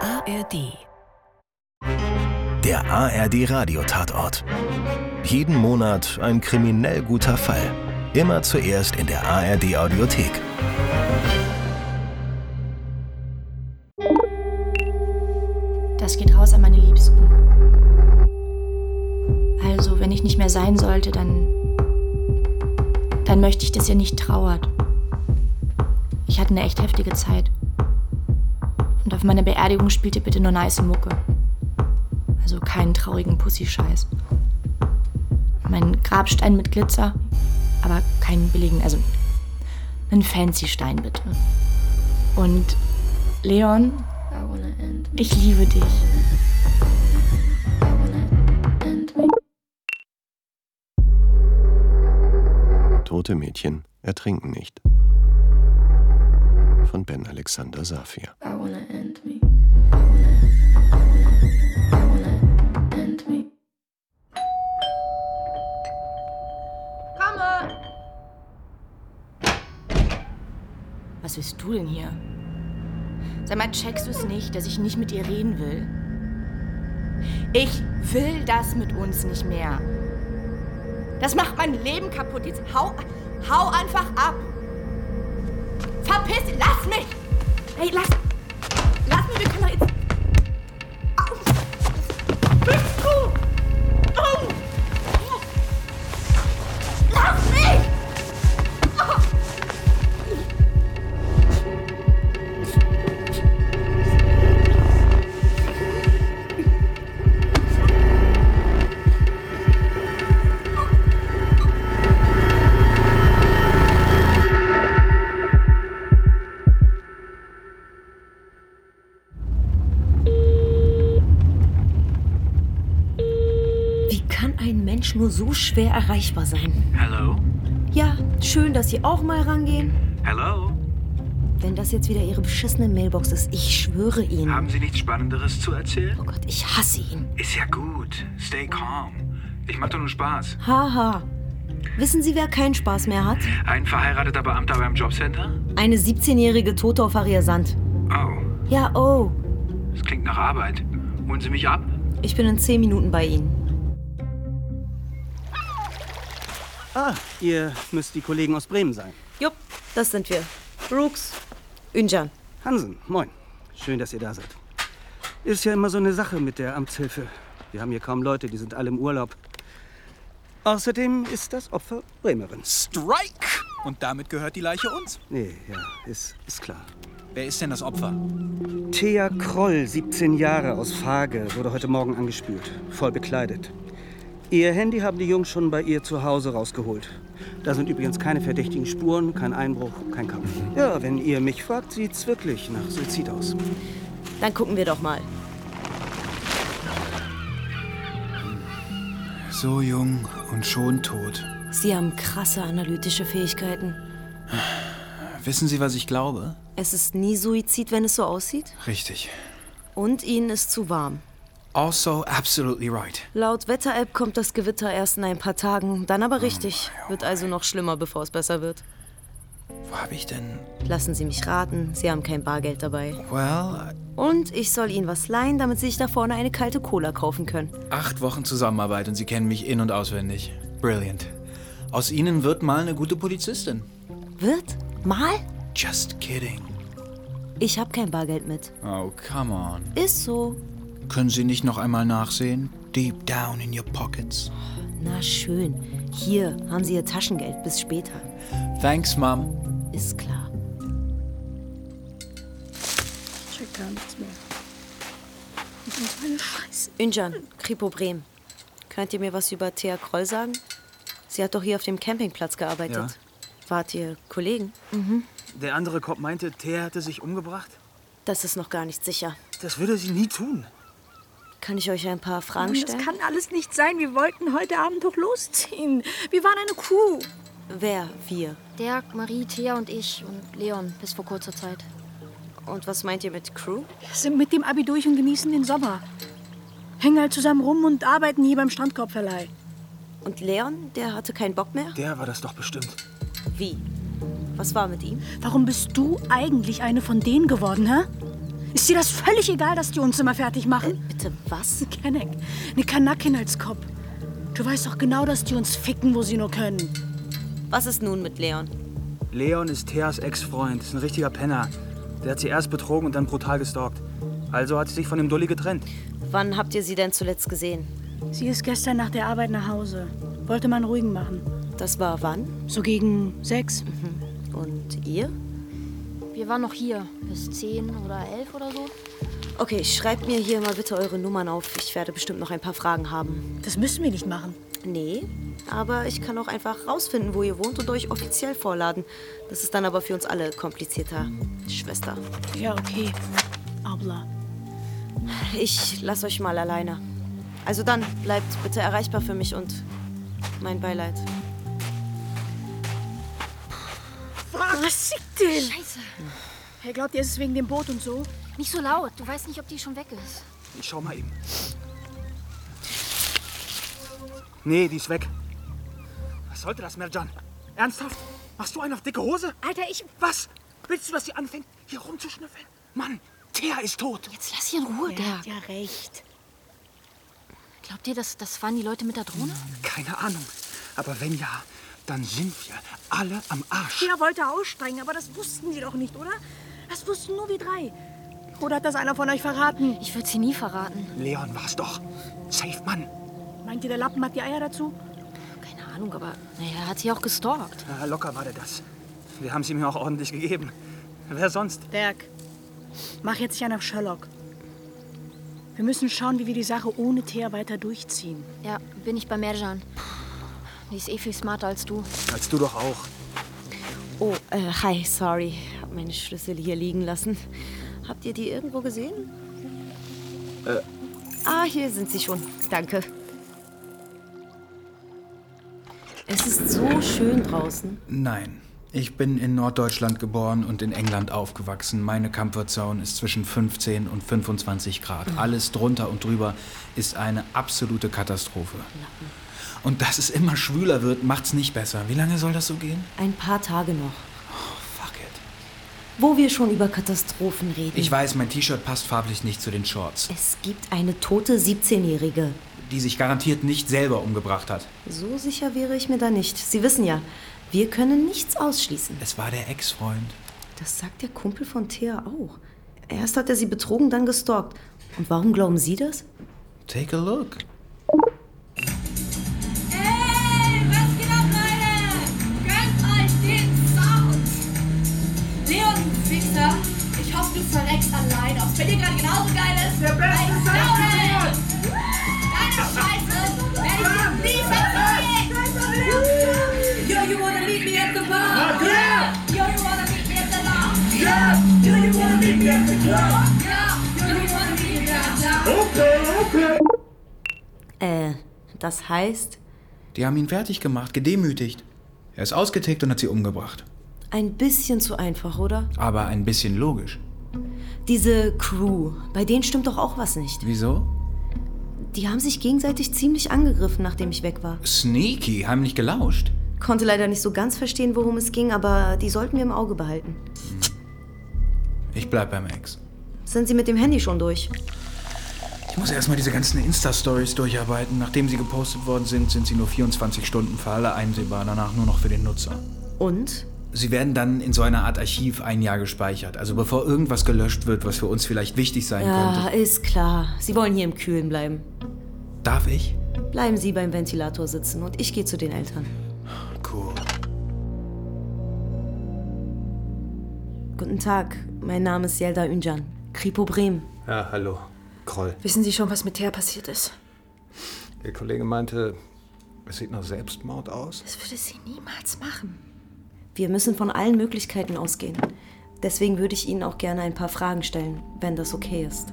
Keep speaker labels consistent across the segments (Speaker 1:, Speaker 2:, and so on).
Speaker 1: ARD.
Speaker 2: Der ARD Radiotatort. Jeden Monat ein kriminell guter Fall. Immer zuerst in der ARD Audiothek.
Speaker 3: Das geht raus an meine Liebsten. Also, wenn ich nicht mehr sein sollte, dann. dann möchte ich, dass ihr nicht trauert. Ich hatte eine echt heftige Zeit. Und auf meiner Beerdigung spielt ihr bitte nur nice Mucke. Also keinen traurigen Pussy-Scheiß. Mein Grabstein mit Glitzer, aber keinen billigen, also einen fancy Stein bitte. Und Leon,
Speaker 4: I wanna end.
Speaker 3: ich liebe dich.
Speaker 4: I wanna end.
Speaker 5: Tote Mädchen ertrinken nicht. Von Ben Alexander Safir.
Speaker 4: I wanna end me. I wanna- I wanna end me.
Speaker 3: Was willst du denn hier? Sag mal, checkst du es nicht, dass ich nicht mit dir reden will? Ich will das mit uns nicht mehr. Das macht mein Leben kaputt. Jetzt hau, hau einfach ab. Verpiss, lass mich! Hey, lass, lass mich, wir können doch jetzt... Au! Bist du? Au! Lass mich!
Speaker 6: Wie kann ein Mensch nur so schwer erreichbar sein?
Speaker 7: Hallo?
Speaker 6: Ja, schön, dass Sie auch mal rangehen.
Speaker 7: Hallo?
Speaker 6: Wenn das jetzt wieder Ihre beschissene Mailbox ist, ich schwöre Ihnen.
Speaker 7: Haben Sie nichts Spannenderes zu erzählen?
Speaker 6: Oh Gott, ich hasse ihn.
Speaker 7: Ist ja gut. Stay calm. Ich mache doch nur Spaß.
Speaker 6: Haha. Wissen Sie, wer keinen Spaß mehr hat?
Speaker 7: Ein verheirateter Beamter beim Jobcenter?
Speaker 6: Eine 17-jährige Tote auf Aria Sand.
Speaker 7: Oh,
Speaker 6: Ja, oh.
Speaker 7: das klingt nach Arbeit. Holen Sie mich ab?
Speaker 6: Ich bin in 10 Minuten bei Ihnen.
Speaker 8: Ah, ihr müsst die Kollegen aus Bremen sein.
Speaker 6: Jupp, das sind wir. Brooks. Ünjan.
Speaker 8: Hansen, moin. Schön, dass ihr da seid. Ist ja immer so eine Sache mit der Amtshilfe. Wir haben hier kaum Leute, die sind alle im Urlaub. Außerdem ist das Opfer Bremerin.
Speaker 9: Strike! Und damit gehört die Leiche uns.
Speaker 8: Nee, ja, ist, ist klar.
Speaker 9: Wer ist denn das Opfer?
Speaker 8: Thea Kroll, 17 Jahre, aus Fage, wurde heute Morgen angespült. Voll bekleidet. Ihr Handy haben die Jungs schon bei ihr zu Hause rausgeholt. Da sind übrigens keine verdächtigen Spuren, kein Einbruch, kein Kampf. Ja, wenn ihr mich fragt, sieht's wirklich nach Suizid aus.
Speaker 6: Dann gucken wir doch mal.
Speaker 9: So jung und schon tot.
Speaker 6: Sie haben krasse analytische Fähigkeiten.
Speaker 9: Wissen Sie, was ich glaube?
Speaker 6: Es ist nie Suizid, wenn es so aussieht.
Speaker 9: Richtig.
Speaker 6: Und Ihnen ist zu warm.
Speaker 9: Also absolutely right.
Speaker 6: Laut Wetter-App kommt das Gewitter erst in ein paar Tagen, dann aber richtig. Wird also noch schlimmer, bevor es besser wird.
Speaker 9: Wo habe ich denn...
Speaker 6: Lassen Sie mich raten, Sie haben kein Bargeld dabei.
Speaker 9: Well,
Speaker 6: Und ich soll Ihnen was leihen, damit Sie sich da vorne eine kalte Cola kaufen können.
Speaker 9: acht Wochen Zusammenarbeit und Sie kennen mich in- und auswendig. Brilliant. Aus Ihnen wird mal eine gute Polizistin.
Speaker 6: Wird? Mal?
Speaker 9: Just kidding.
Speaker 6: Ich habe kein Bargeld mit.
Speaker 9: Oh, come on.
Speaker 6: Ist so.
Speaker 9: Können Sie nicht noch einmal nachsehen? Deep down in your pockets.
Speaker 6: Na schön. Hier haben Sie Ihr Taschengeld. Bis später.
Speaker 9: Thanks, Mom.
Speaker 6: Ist klar.
Speaker 4: Ich check gar nichts mehr. Ich bin so eine Scheiße.
Speaker 6: Injan, Kripo Bremen. Könnt ihr mir was über Thea Kroll sagen? Sie hat doch hier auf dem Campingplatz gearbeitet.
Speaker 8: Ja.
Speaker 6: Wart ihr Kollegen?
Speaker 8: Der andere Cop meinte, Thea hätte sich umgebracht.
Speaker 6: Das ist noch gar nicht sicher.
Speaker 8: Das würde sie nie tun.
Speaker 6: Kann ich euch ein paar Fragen
Speaker 10: Das
Speaker 6: stellen?
Speaker 10: kann alles nicht sein. Wir wollten heute Abend doch losziehen. Wir waren eine Crew.
Speaker 6: Wer? Wir?
Speaker 4: Dirk, Marie, Thea und ich und Leon bis vor kurzer Zeit.
Speaker 6: Und was meint ihr mit Crew?
Speaker 10: Sind mit dem Abi durch und genießen den Sommer. Hängen halt zusammen rum und arbeiten hier beim Strandkorbverleih.
Speaker 6: Und Leon, der hatte keinen Bock mehr?
Speaker 8: Der war das doch bestimmt.
Speaker 6: Wie? Was war mit ihm?
Speaker 10: Warum bist du eigentlich eine von denen geworden, hä? Ist dir das völlig egal, dass die uns immer fertig machen?
Speaker 6: Bitte was?
Speaker 10: Kenneck, eine Kanakin als Kopf. Du weißt doch genau, dass die uns ficken, wo sie nur können.
Speaker 6: Was ist nun mit Leon?
Speaker 11: Leon ist Theas Ex-Freund, ist ein richtiger Penner. Der hat sie erst betrogen und dann brutal gestalkt. Also hat sie sich von dem Dulli getrennt.
Speaker 6: Wann habt ihr sie denn zuletzt gesehen?
Speaker 10: Sie ist gestern nach der Arbeit nach Hause. Wollte man ruhigen machen.
Speaker 6: Das war wann?
Speaker 10: So gegen sechs.
Speaker 6: Und ihr?
Speaker 12: Wir waren noch hier bis 10 oder 11 oder so.
Speaker 6: Okay, schreibt mir hier mal bitte eure Nummern auf. Ich werde bestimmt noch ein paar Fragen haben.
Speaker 10: Das müssen wir nicht machen.
Speaker 6: Nee, aber ich kann auch einfach rausfinden, wo ihr wohnt und euch offiziell vorladen. Das ist dann aber für uns alle komplizierter. Schwester.
Speaker 10: Ja, okay. Abla.
Speaker 6: Ich lasse euch mal alleine. Also dann, bleibt bitte erreichbar für mich und mein Beileid.
Speaker 10: Was sieht denn?
Speaker 12: Scheiße.
Speaker 10: Hey, glaubt ihr, ist es ist wegen dem Boot und so?
Speaker 12: Nicht so laut. Du weißt nicht, ob die schon weg ist.
Speaker 11: Ich schau mal eben. Nee, die ist weg. Was sollte das, Merjan? Ernsthaft? Machst du einen auf dicke Hose?
Speaker 12: Alter, ich.
Speaker 11: Was? Willst du, dass sie anfängt, hier rumzuschnüffeln? Mann, Thea ist tot.
Speaker 12: Jetzt lass sie in Ruhe,
Speaker 10: Er
Speaker 12: der.
Speaker 10: hat ja recht.
Speaker 12: Glaubt ihr, das, das waren die Leute mit der Drohne?
Speaker 11: Keine Ahnung. Aber wenn ja, dann sind wir alle am Arsch.
Speaker 10: Der wollte aussteigen, aber das wussten die doch nicht, oder? Das wussten nur wir drei. Oder hat das einer von euch verraten?
Speaker 12: Ich würde sie nie verraten.
Speaker 11: Leon war's doch. Safe, Mann.
Speaker 10: Meint ihr, der Lappen hat die Eier dazu?
Speaker 12: Keine Ahnung, aber naja, er hat sie auch gestalkt.
Speaker 11: Na, locker war der das. Wir haben's ihm ja auch ordentlich gegeben. Wer sonst?
Speaker 10: Dirk, mach jetzt nicht einen auf Sherlock. Wir müssen schauen, wie wir die Sache ohne Thea weiter durchziehen.
Speaker 12: Ja, bin ich bei Merjan. Die ist eh viel smarter als du.
Speaker 11: Als du doch auch.
Speaker 6: Oh, äh, hi, sorry. Hab meine Schlüssel hier liegen lassen. Habt ihr die irgendwo gesehen? Äh. Ah, hier sind sie schon. Danke. Es ist so schön draußen.
Speaker 9: Nein. Ich bin in Norddeutschland geboren und in England aufgewachsen. Meine Comfortzone ist zwischen 15 und 25 Grad. Alles drunter und drüber ist eine absolute Katastrophe. Und dass es immer schwüler wird, macht's nicht besser. Wie lange soll das so gehen?
Speaker 6: Ein paar Tage noch.
Speaker 9: Fuck it.
Speaker 6: Wo wir schon über Katastrophen reden.
Speaker 9: Ich weiß, mein T-Shirt passt farblich nicht zu den Shorts,
Speaker 6: es gibt eine tote 17-Jährige.
Speaker 9: die sich garantiert nicht selber umgebracht hat.
Speaker 6: So sicher wäre ich mir da nicht. Sie wissen ja, wir können nichts ausschließen.
Speaker 9: Es war der Ex-Freund.
Speaker 6: Das sagt der Kumpel von Thea auch. Erst hat er sie betrogen, dann gestalkt. Und warum glauben Sie das?
Speaker 9: Take a look.
Speaker 3: Hey, was geht ab, Leute? Gönnt euch den Sound! Leon, du Fixer, ich hoffe, du verreckst an Line. Ob's bei dir gerade genauso geil ist, der beste Sound! Deine Scheiße werde ich dir nie verzeihen! Yo, you wanna meet me at the bar? Yeah! Yo, you wanna meet me at the bar? Yeah! Yo, you wanna meet me at the club? Yeah! Yo, you wanna meet me at the bar?
Speaker 6: Äh, das heißt,
Speaker 9: Die haben ihn fertig gemacht, gedemütigt. Er ist ausgetickt und hat sie umgebracht.
Speaker 6: ein bisschen zu einfach, oder?
Speaker 9: Aber ein bisschen logisch.
Speaker 6: Diese Crew, bei denen stimmt doch auch was nicht.
Speaker 9: Wieso?
Speaker 6: Die haben sich gegenseitig ziemlich angegriffen, nachdem ich weg war.
Speaker 9: Sneaky, heimlich gelauscht.
Speaker 6: Konnte leider nicht so ganz verstehen, worum es ging, aber die sollten wir im Auge behalten.
Speaker 9: Ich bleib beim Ex.
Speaker 6: Sind Sie mit dem Handy schon durch?
Speaker 9: Ich muss erstmal diese ganzen Insta-Stories durcharbeiten. Nachdem sie gepostet worden sind, sind sie nur 24 Stunden für alle einsehbar, danach nur noch für den Nutzer.
Speaker 6: Und?
Speaker 9: Sie werden dann in so einer Art Archiv ein Jahr gespeichert. Also bevor irgendwas gelöscht wird, was für uns vielleicht wichtig sein
Speaker 6: Ja,
Speaker 9: könnte.
Speaker 6: ist klar. Sie wollen hier im Kühlen bleiben.
Speaker 9: Darf ich?
Speaker 6: Bleiben Sie beim Ventilator sitzen und ich gehe zu den Eltern.
Speaker 9: Cool.
Speaker 6: Guten Tag, mein Name ist Yelda Ünjan, Kripo Bremen.
Speaker 13: Ja, hallo. Kroll.
Speaker 14: Wissen Sie schon, was mit Thea passiert ist?
Speaker 13: Der Kollege meinte, es sieht nach Selbstmord aus.
Speaker 14: Das würde sie niemals machen.
Speaker 6: Wir müssen von allen Möglichkeiten ausgehen. Deswegen würde ich Ihnen auch gerne ein paar Fragen stellen, wenn das okay ist.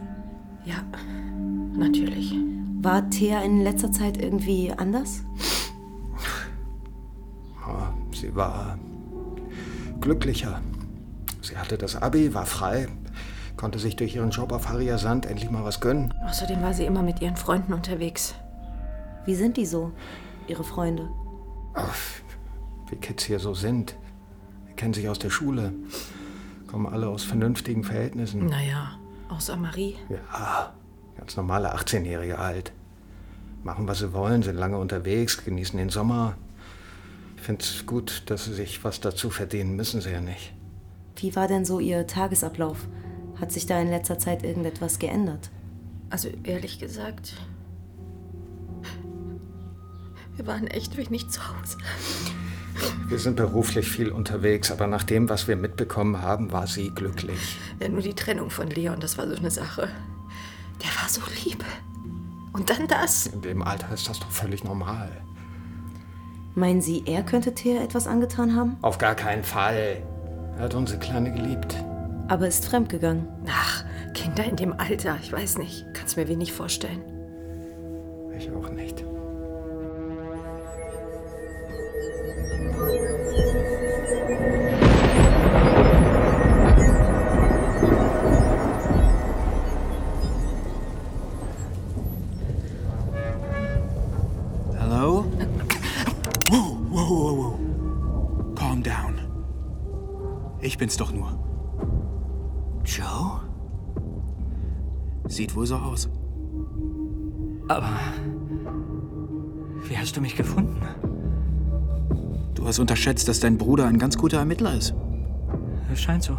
Speaker 14: Ja, natürlich.
Speaker 6: War Thea in letzter Zeit irgendwie anders?
Speaker 13: Ja, sie war glücklicher. Sie hatte das Abi, war frei, konnte sich durch ihren Job auf Harrier Sand endlich mal was gönnen.
Speaker 14: Außerdem war sie immer mit ihren Freunden unterwegs.
Speaker 6: Wie sind die so, Ihre Freunde?
Speaker 13: Ach, wie Kids hier so sind. Die kennen sich aus der Schule, kommen alle aus vernünftigen Verhältnissen.
Speaker 14: Naja,
Speaker 3: Außer Marie.
Speaker 13: Ja, ganz normale 18-Jährige alt. Machen, was sie wollen, sind lange unterwegs, genießen den Sommer. Ich finde es gut, dass sie sich was dazu verdienen, müssen sie ja nicht.
Speaker 6: Wie war denn so Ihr Tagesablauf? Hat sich da in letzter Zeit irgendetwas geändert?
Speaker 3: Also ehrlich gesagt, wir waren echt wenig zu Hause.
Speaker 13: Wir sind beruflich viel unterwegs, aber nach dem, was wir mitbekommen haben, war sie glücklich.
Speaker 3: Ja, nur die Trennung von Leon, das war so eine Sache. Der war so lieb. Und dann das.
Speaker 13: In dem Alter ist das doch völlig normal.
Speaker 6: Meinen Sie, er könnte Thea etwas angetan haben?
Speaker 13: Auf gar keinen Fall. Er hat unsere Kleine geliebt.
Speaker 6: Aber ist fremdgegangen.
Speaker 3: Ach, Kinder in dem Alter, ich weiß nicht. Kann's mir wenig vorstellen.
Speaker 13: Ich auch nicht.
Speaker 9: Hello? Whoa, whoa, whoa, whoa. Calm down. Ich bin's doch nur. Joe? Sieht wohl so aus.
Speaker 15: Aber wie hast du mich gefunden?
Speaker 9: Du hast unterschätzt, dass dein Bruder ein ganz guter Ermittler ist.
Speaker 15: Scheint so.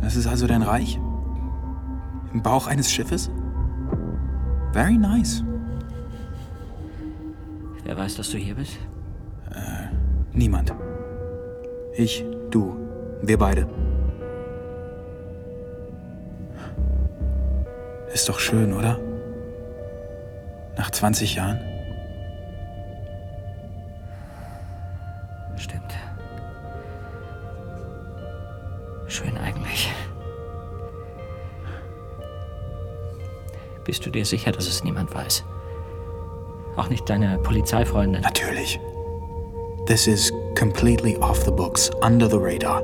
Speaker 9: Das ist also dein Reich? Im Bauch eines Schiffes? Very nice.
Speaker 15: Wer weiß, dass du hier bist?
Speaker 9: Äh, niemand. Ich, du, wir beide. Ist doch schön, oder? Nach 20 Jahren?
Speaker 15: Stimmt. Schön eigentlich. Bist du dir sicher, dass es niemand weiß? Auch nicht deine Polizeifreunde.
Speaker 9: Natürlich. This is completely off the books, under the radar.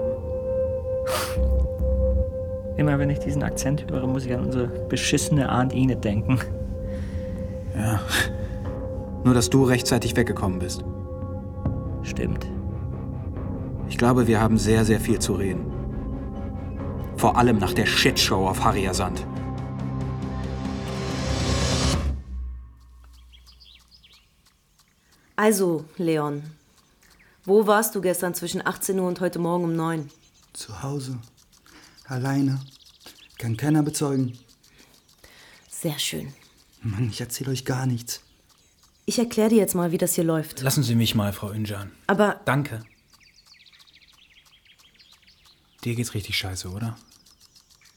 Speaker 15: Immer wenn ich diesen Akzent höre, muss ich an unsere beschissene Aunt Enid denken.
Speaker 9: Ja. Nur, dass du rechtzeitig weggekommen bist.
Speaker 15: Stimmt.
Speaker 9: Ich glaube, wir haben sehr, sehr viel zu reden. Vor allem nach der Shitshow auf Harriersand.
Speaker 6: Also, Leon, wo warst du gestern zwischen 18 Uhr und heute Morgen um 9?
Speaker 16: Zu Hause. Alleine. Kann keiner bezeugen.
Speaker 6: Sehr schön.
Speaker 16: Mann, ich erzähle euch gar nichts.
Speaker 6: Ich erkläre dir jetzt mal, wie das hier läuft.
Speaker 7: Lassen Sie mich mal, Frau Injan.
Speaker 6: Aber
Speaker 7: Danke. Dir geht's richtig scheiße, oder?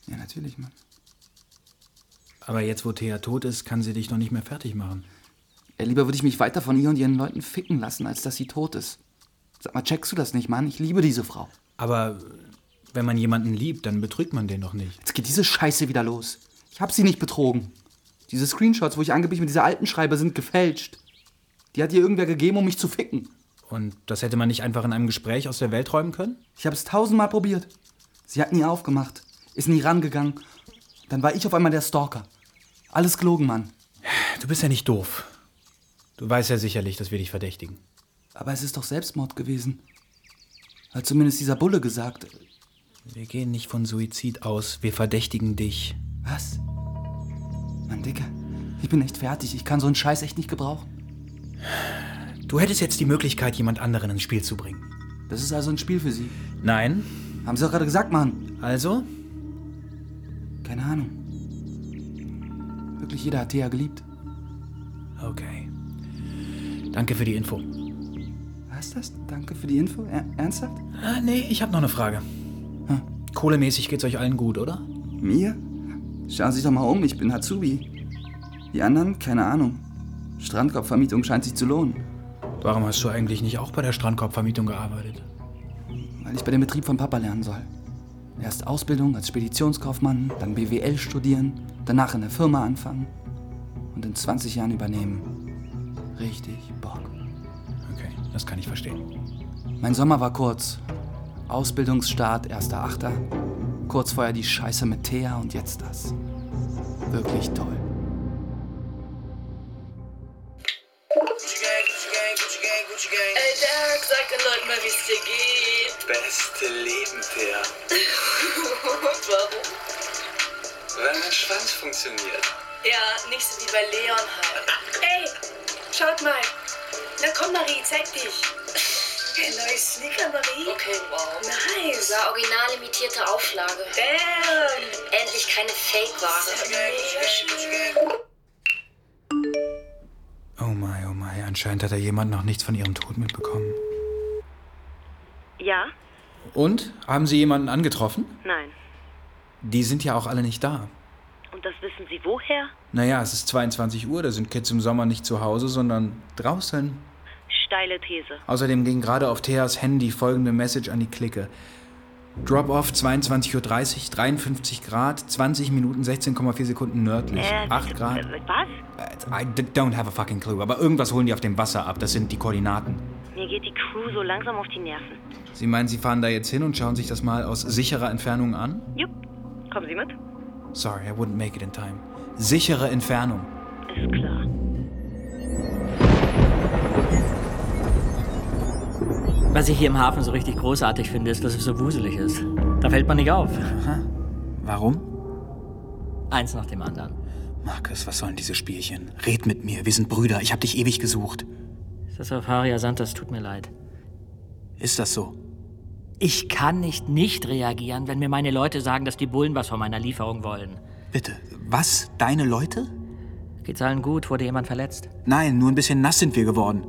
Speaker 16: Ja, natürlich, Mann.
Speaker 7: Aber jetzt, wo Thea tot ist, kann sie dich noch nicht mehr fertig machen.
Speaker 17: Ja, lieber würde ich mich weiter von ihr und ihren Leuten ficken lassen, als dass sie tot ist. Sag mal, checkst du das nicht, Mann? Ich liebe diese Frau.
Speaker 7: Aber wenn man jemanden liebt, dann betrügt man den doch nicht.
Speaker 17: Jetzt geht diese Scheiße wieder los. Ich hab sie nicht betrogen. Diese Screenshots, wo ich angeblich mit dieser alten schreibe, sind gefälscht. Die hat ihr irgendwer gegeben, um mich zu ficken.
Speaker 7: Und das hätte man nicht einfach in einem Gespräch aus der Welt räumen können?
Speaker 17: Ich habe es tausendmal probiert. Sie hat nie aufgemacht, ist nie rangegangen. Dann war ich auf einmal der Stalker. Alles gelogen, Mann.
Speaker 7: Du bist ja nicht doof. Du weißt ja sicherlich, dass wir dich verdächtigen.
Speaker 17: Aber es ist doch Selbstmord gewesen. Hat zumindest dieser Bulle gesagt.
Speaker 7: Wir gehen nicht von Suizid aus, wir verdächtigen dich.
Speaker 17: Was? Mann, Dicker, ich bin echt fertig. Ich kann so einen Scheiß echt nicht gebrauchen.
Speaker 7: Du hättest jetzt die Möglichkeit, jemand anderen ins Spiel zu bringen.
Speaker 17: Das ist also ein Spiel für sie.
Speaker 7: Nein?
Speaker 17: Haben sie doch gerade gesagt, Mann.
Speaker 7: Also?
Speaker 17: Keine Ahnung. Wirklich jeder hat Thea geliebt.
Speaker 7: Okay. Danke für die Info.
Speaker 17: Was ist das? Danke für die Info. Er ernsthaft?
Speaker 7: Ah, nee, ich habe noch eine Frage. Hm? Kohlemäßig geht's euch allen gut, oder?
Speaker 17: Mir?
Speaker 16: Schau sich doch mal um, ich bin Hatsubi. Die anderen, keine Ahnung. Strandkorbvermietung scheint sich zu lohnen,
Speaker 7: Warum hast du eigentlich nicht auch bei der Strandkorbvermietung gearbeitet?
Speaker 17: Weil ich bei dem Betrieb von Papa lernen soll. Erst Ausbildung als Speditionskaufmann, dann BWL studieren, danach in der Firma anfangen und in 20 Jahren übernehmen. Richtig Bock.
Speaker 7: Okay, das kann ich verstehen.
Speaker 17: Mein Sommer war kurz. Ausbildungsstart 1.8. Kurz vorher die Scheiße mit Thea und jetzt das. Wirklich toll.
Speaker 10: Ey, Dirk, sag den Leuten mal, wie es dir geht.
Speaker 18: Beste Leben, Thea.
Speaker 10: Warum?
Speaker 17: funktioniert.
Speaker 3: Ja, nicht so wie bei Leon halt. Ey, schaut mal. Na komm, Marie, zeig dich. Hey, neue Sneaker, Marie. Okay, wow. Nice.
Speaker 10: Sogar original limitierte Auflage.
Speaker 3: Damn.
Speaker 10: Endlich keine Fake-Ware.
Speaker 9: Oh mein, oh mein, anscheinend hat da jemand noch nichts von ihrem Tod mitbekommen.
Speaker 6: Ja?
Speaker 9: Und? Haben Sie jemanden angetroffen?
Speaker 6: Nein.
Speaker 9: Die sind ja auch alle nicht da.
Speaker 6: Und das wissen Sie woher?
Speaker 9: Naja, es ist 22 Uhr, da sind Kids im Sommer nicht zu Hause, sondern draußen.
Speaker 6: Steile These.
Speaker 9: Außerdem ging gerade auf Theas Handy folgende Message an die Clique. Drop-off 22.30 Uhr, 53 Grad, 20 Minuten, 16,4 Sekunden nördlich,
Speaker 6: Äh,
Speaker 9: 8 Grad.
Speaker 6: äh, Was?
Speaker 9: I d- don't have a fucking clue, aber irgendwas holen die auf dem Wasser ab, das sind die Koordinaten.
Speaker 6: Mir geht die Crew so langsam auf die Nerven.
Speaker 9: Sie meinen, Sie fahren da jetzt hin und schauen sich das mal aus sicherer Entfernung an?
Speaker 6: Jupp. Kommen Sie mit?
Speaker 9: Sorry, I wouldn't make it in time. Sichere Entfernung.
Speaker 15: Was ich hier im Hafen so richtig großartig finde, ist, dass es so wuselig ist. Da fällt man nicht auf.
Speaker 19: Warum?
Speaker 15: Eins nach dem anderen.
Speaker 19: Markus, was sollen diese Spielchen? Red mit mir, wir sind Brüder, ich hab dich ewig gesucht.
Speaker 15: Safaria Santos, tut mir leid.
Speaker 19: Ist das so?
Speaker 15: Ich kann nicht nicht reagieren, wenn mir meine Leute sagen, dass die Bullen was von meiner Lieferung wollen.
Speaker 19: Bitte, was? Deine Leute?
Speaker 15: Geht's allen gut? Wurde jemand verletzt?
Speaker 19: Nein, nur ein bisschen nass sind wir geworden.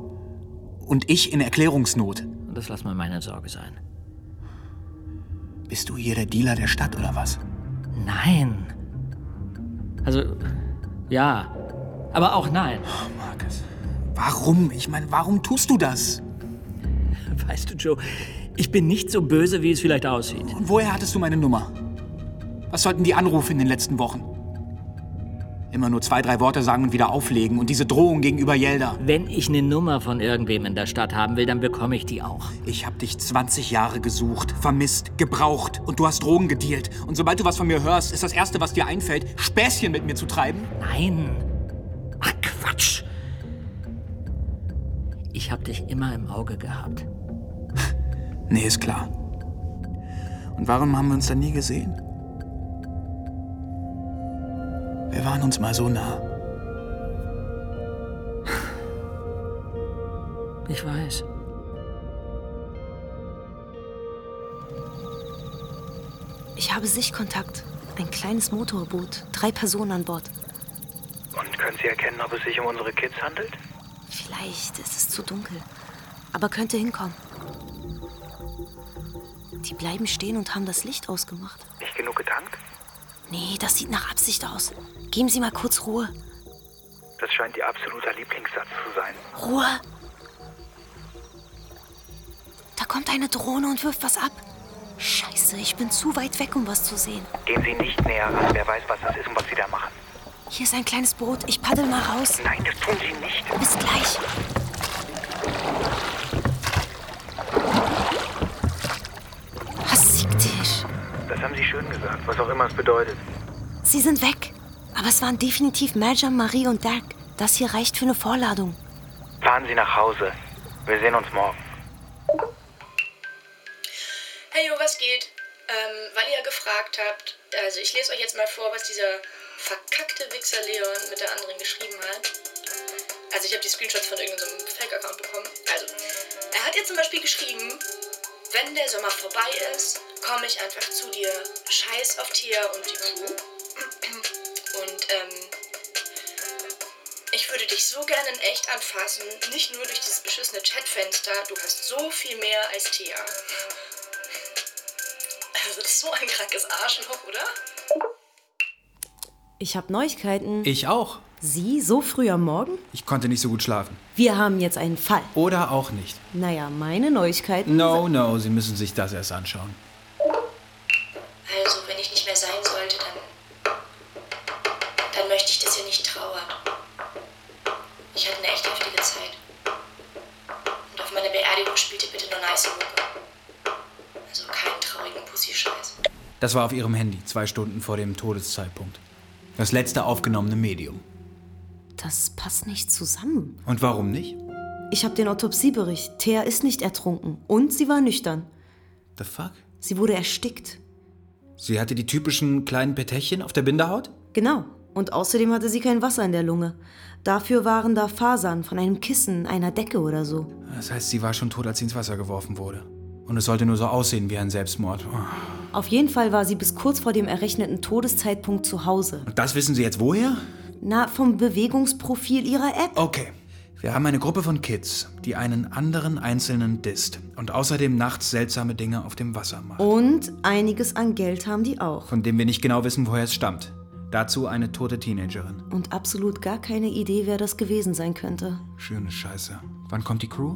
Speaker 19: Und ich in Erklärungsnot.
Speaker 15: Und das lass mal meine Sorge sein.
Speaker 19: Bist du hier der Dealer der Stadt oder was?
Speaker 15: Nein. Also, ja. Aber auch nein. Oh,
Speaker 19: Markus. Warum? Ich meine, warum tust du das?
Speaker 15: Weißt du, Joe, ich bin nicht so böse, wie es vielleicht aussieht.
Speaker 19: Und woher hattest du meine Nummer? Was sollten die Anrufe in den letzten Wochen? Immer nur zwei, drei Worte sagen und wieder auflegen und diese Drohung gegenüber Yelda.
Speaker 15: Wenn ich eine Nummer von irgendwem in der Stadt haben will, dann bekomme ich die auch.
Speaker 19: Ich hab dich 20 Jahre gesucht, vermisst, gebraucht und du hast Drogen gedealt. Und sobald du was von mir hörst, ist das Erste, was dir einfällt, Späßchen mit mir zu treiben?
Speaker 15: Nein. Ach, Quatsch. Ich hab dich immer im Auge gehabt.
Speaker 19: Nee, ist klar. Und warum haben wir uns dann nie gesehen? Wir waren uns mal so nah.
Speaker 15: Ich weiß.
Speaker 6: Ich habe Sichtkontakt. Ein kleines Motorboot. Drei Personen an Bord.
Speaker 11: Und können Sie erkennen, ob es sich um unsere Kids handelt?
Speaker 6: Vielleicht ist es zu dunkel. Aber könnte hinkommen. Die bleiben stehen und haben das Licht ausgemacht.
Speaker 11: Nicht genug getankt?
Speaker 6: Nee, das sieht nach Absicht aus. Geben Sie mal kurz Ruhe.
Speaker 11: Das scheint Ihr absoluter Lieblingssatz zu sein.
Speaker 6: Ruhe! Da kommt eine Drohne und wirft was ab. Scheiße, ich bin zu weit weg, um was zu sehen.
Speaker 11: Gehen Sie nicht näher ran. Wer weiß, was das ist und was Sie da machen.
Speaker 6: Hier ist ein kleines Boot. Ich paddel mal raus.
Speaker 11: Nein, das tun Sie nicht.
Speaker 6: Bis gleich. Hassigtisch.
Speaker 11: Das haben Sie schön gesagt, was auch immer es bedeutet.
Speaker 6: Sie sind weg. Aber es waren definitiv Merjan, Marie und Dirk. Das hier reicht für eine Vorladung.
Speaker 11: Fahren Sie nach Hause. Wir sehen uns morgen.
Speaker 3: Hey, jo, was geht? Ähm, weil ihr ja gefragt habt, also ich lese euch jetzt mal vor, was dieser verkackte Wichser Leon mit der anderen geschrieben hat. Also ich habe die Screenshots von irgendeinem Fake-Account bekommen. Also, er hat jetzt zum Beispiel geschrieben, wenn der Sommer vorbei ist, komme ich einfach zu dir. Scheiß auf Tia und die Crew. Und ähm, ich würde dich so gerne in echt anfassen, nicht nur durch dieses beschissene Chatfenster. Du hast so viel mehr als Tia. Also das ist so ein krankes Arschloch, oder?
Speaker 20: Ich habe Neuigkeiten.
Speaker 9: Ich auch.
Speaker 20: Sie so früh am Morgen?
Speaker 9: Ich konnte nicht so gut schlafen.
Speaker 20: Wir haben jetzt einen Fall.
Speaker 9: Oder auch nicht.
Speaker 20: Naja, meine Neuigkeiten.
Speaker 9: No, no, Sie müssen sich das erst anschauen.
Speaker 3: Also, wenn ich nicht mehr sein sollte, dann. dann möchte ich, dass ihr nicht trauert. Ich hatte eine echt heftige Zeit. Und auf meiner Beerdigung spielt ihr bitte nur nice Mucke. Also keinen traurigen Pussy-Scheiß.
Speaker 9: Das war auf Ihrem Handy, zwei Stunden vor dem Todeszeitpunkt. Das letzte aufgenommene Medium.
Speaker 20: Das passt nicht zusammen.
Speaker 9: Und warum nicht?
Speaker 20: Ich habe den Autopsiebericht. Thea ist nicht ertrunken. Und sie war nüchtern.
Speaker 9: The fuck?
Speaker 20: Sie wurde erstickt.
Speaker 9: Sie hatte die typischen kleinen Petechchen auf der Bindehaut?
Speaker 20: Genau.
Speaker 6: Und außerdem hatte sie kein Wasser in der Lunge. Dafür waren da Fasern von einem Kissen, einer Decke oder so.
Speaker 9: Das heißt, sie war schon tot, als sie ins Wasser geworfen wurde. Und es sollte nur so aussehen wie ein Selbstmord. Oh.
Speaker 6: Auf jeden Fall war sie bis kurz vor dem errechneten Todeszeitpunkt zu Hause.
Speaker 9: Und das wissen Sie jetzt woher?
Speaker 6: Na, vom Bewegungsprofil ihrer App.
Speaker 9: Okay. Wir haben eine Gruppe von Kids, die einen anderen Einzelnen disst und außerdem nachts seltsame Dinge auf dem Wasser macht,
Speaker 6: Und einiges an Geld haben die auch.
Speaker 9: von dem wir nicht genau wissen, woher es stammt. Dazu eine tote Teenagerin.
Speaker 6: Und absolut gar keine Idee, wer das gewesen sein könnte.
Speaker 9: Schöne Scheiße. Wann kommt die Crew?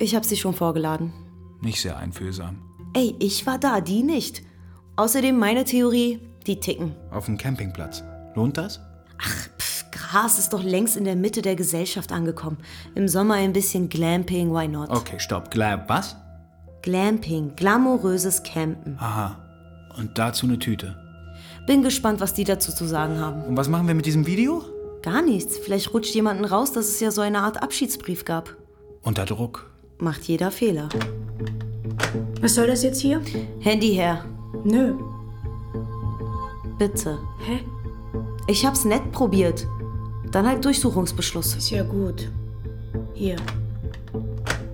Speaker 6: Ich hab sie schon vorgeladen.
Speaker 9: Nicht sehr einfühlsam.
Speaker 6: Ey, ich war da, die nicht. Außerdem meine Theorie, die ticken.
Speaker 9: Auf dem Campingplatz. Lohnt das?
Speaker 6: Gras ist doch längst in der Mitte der Gesellschaft angekommen. Im Sommer ein bisschen Glamping, why not?
Speaker 9: Okay, stopp. Glab, was?
Speaker 6: Glamping, glamouröses Campen.
Speaker 9: Aha. Und dazu eine Tüte.
Speaker 6: Bin gespannt, was die dazu zu sagen haben.
Speaker 9: Und was machen wir mit diesem Video?
Speaker 6: Gar nichts. Vielleicht rutscht jemanden raus, dass es ja so eine Art Abschiedsbrief gab.
Speaker 9: Unter Druck.
Speaker 6: Macht jeder Fehler.
Speaker 5: Was soll das jetzt hier?
Speaker 6: Handy her.
Speaker 5: Nö.
Speaker 6: Bitte.
Speaker 5: Hä?
Speaker 6: Ich hab's nett probiert. Dann halt Durchsuchungsbeschluss.
Speaker 5: Ist ja gut. Hier.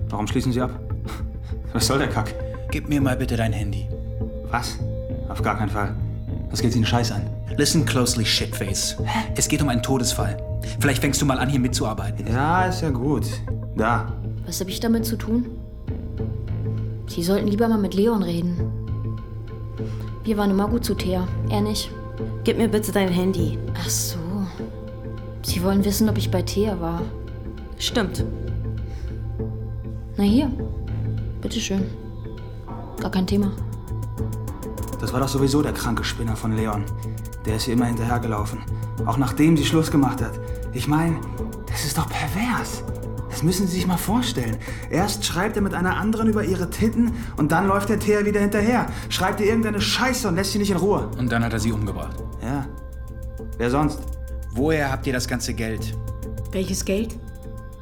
Speaker 11: Warum schließen Sie ab? Was soll der Kack?
Speaker 9: Gib mir mal bitte dein Handy.
Speaker 11: Was? Auf gar keinen Fall.
Speaker 9: Was geht Ihnen Scheiß an? Listen closely, Shitface. Es geht um einen Todesfall. Vielleicht fängst du mal an, hier mitzuarbeiten.
Speaker 11: Ja, ist ja gut. Da.
Speaker 10: Was habe ich damit zu tun? Sie sollten lieber mal mit Leon reden. Wir waren immer gut zu Thea, er nicht.
Speaker 6: Gib mir bitte dein Handy.
Speaker 10: Ach so. Sie wollen wissen, ob ich bei Thea war.
Speaker 6: Stimmt.
Speaker 10: Na hier. Bitteschön. Gar kein Thema.
Speaker 11: Das war doch sowieso der kranke Spinner von Leon. Der ist ihr immer hinterhergelaufen. Auch nachdem sie Schluss gemacht hat. Ich meine, das ist doch pervers. Das müssen Sie sich mal vorstellen. Erst schreibt er mit einer anderen über ihre Titten und dann läuft der Thea wieder hinterher. Schreibt ihr irgendeine Scheiße und lässt sie nicht in Ruhe.
Speaker 9: Und dann hat er sie umgebracht.
Speaker 11: Ja. Wer sonst?
Speaker 9: Woher habt ihr das ganze Geld?
Speaker 5: Welches Geld?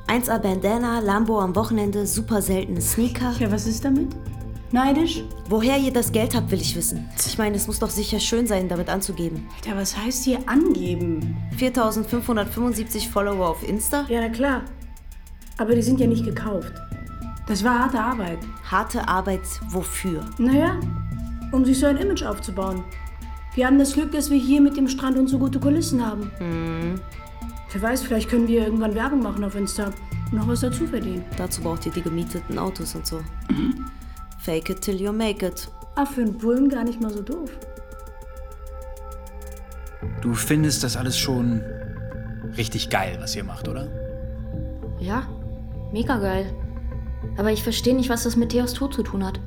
Speaker 6: 1A Bandana, Lambo am Wochenende, super seltene Sneaker.
Speaker 5: Ja, was ist damit? Neidisch?
Speaker 6: Woher ihr das Geld habt, will ich wissen. Ich meine, es muss doch sicher schön sein, damit anzugeben.
Speaker 5: Alter, was heißt hier angeben?
Speaker 6: 4575 Follower auf Insta?
Speaker 5: Ja, na klar. Aber die sind ja nicht gekauft. Das war harte Arbeit.
Speaker 6: Harte Arbeit wofür?
Speaker 5: Naja, um sich so ein Image aufzubauen. Wir haben das Glück, dass wir hier mit dem Strand und so gute Kulissen haben. Hm. Wer weiß, vielleicht können wir irgendwann Werbung machen auf Insta und noch was dazu verdienen.
Speaker 6: Dazu braucht ihr die gemieteten Autos und so.
Speaker 5: Mhm.
Speaker 6: Fake it till you make it.
Speaker 5: Ah, für einen Bullen gar nicht mal so doof.
Speaker 9: Du findest das alles schon richtig geil, was ihr macht, oder?
Speaker 10: Ja, mega geil. Aber ich verstehe nicht, was das mit Theos Tod zu tun hat.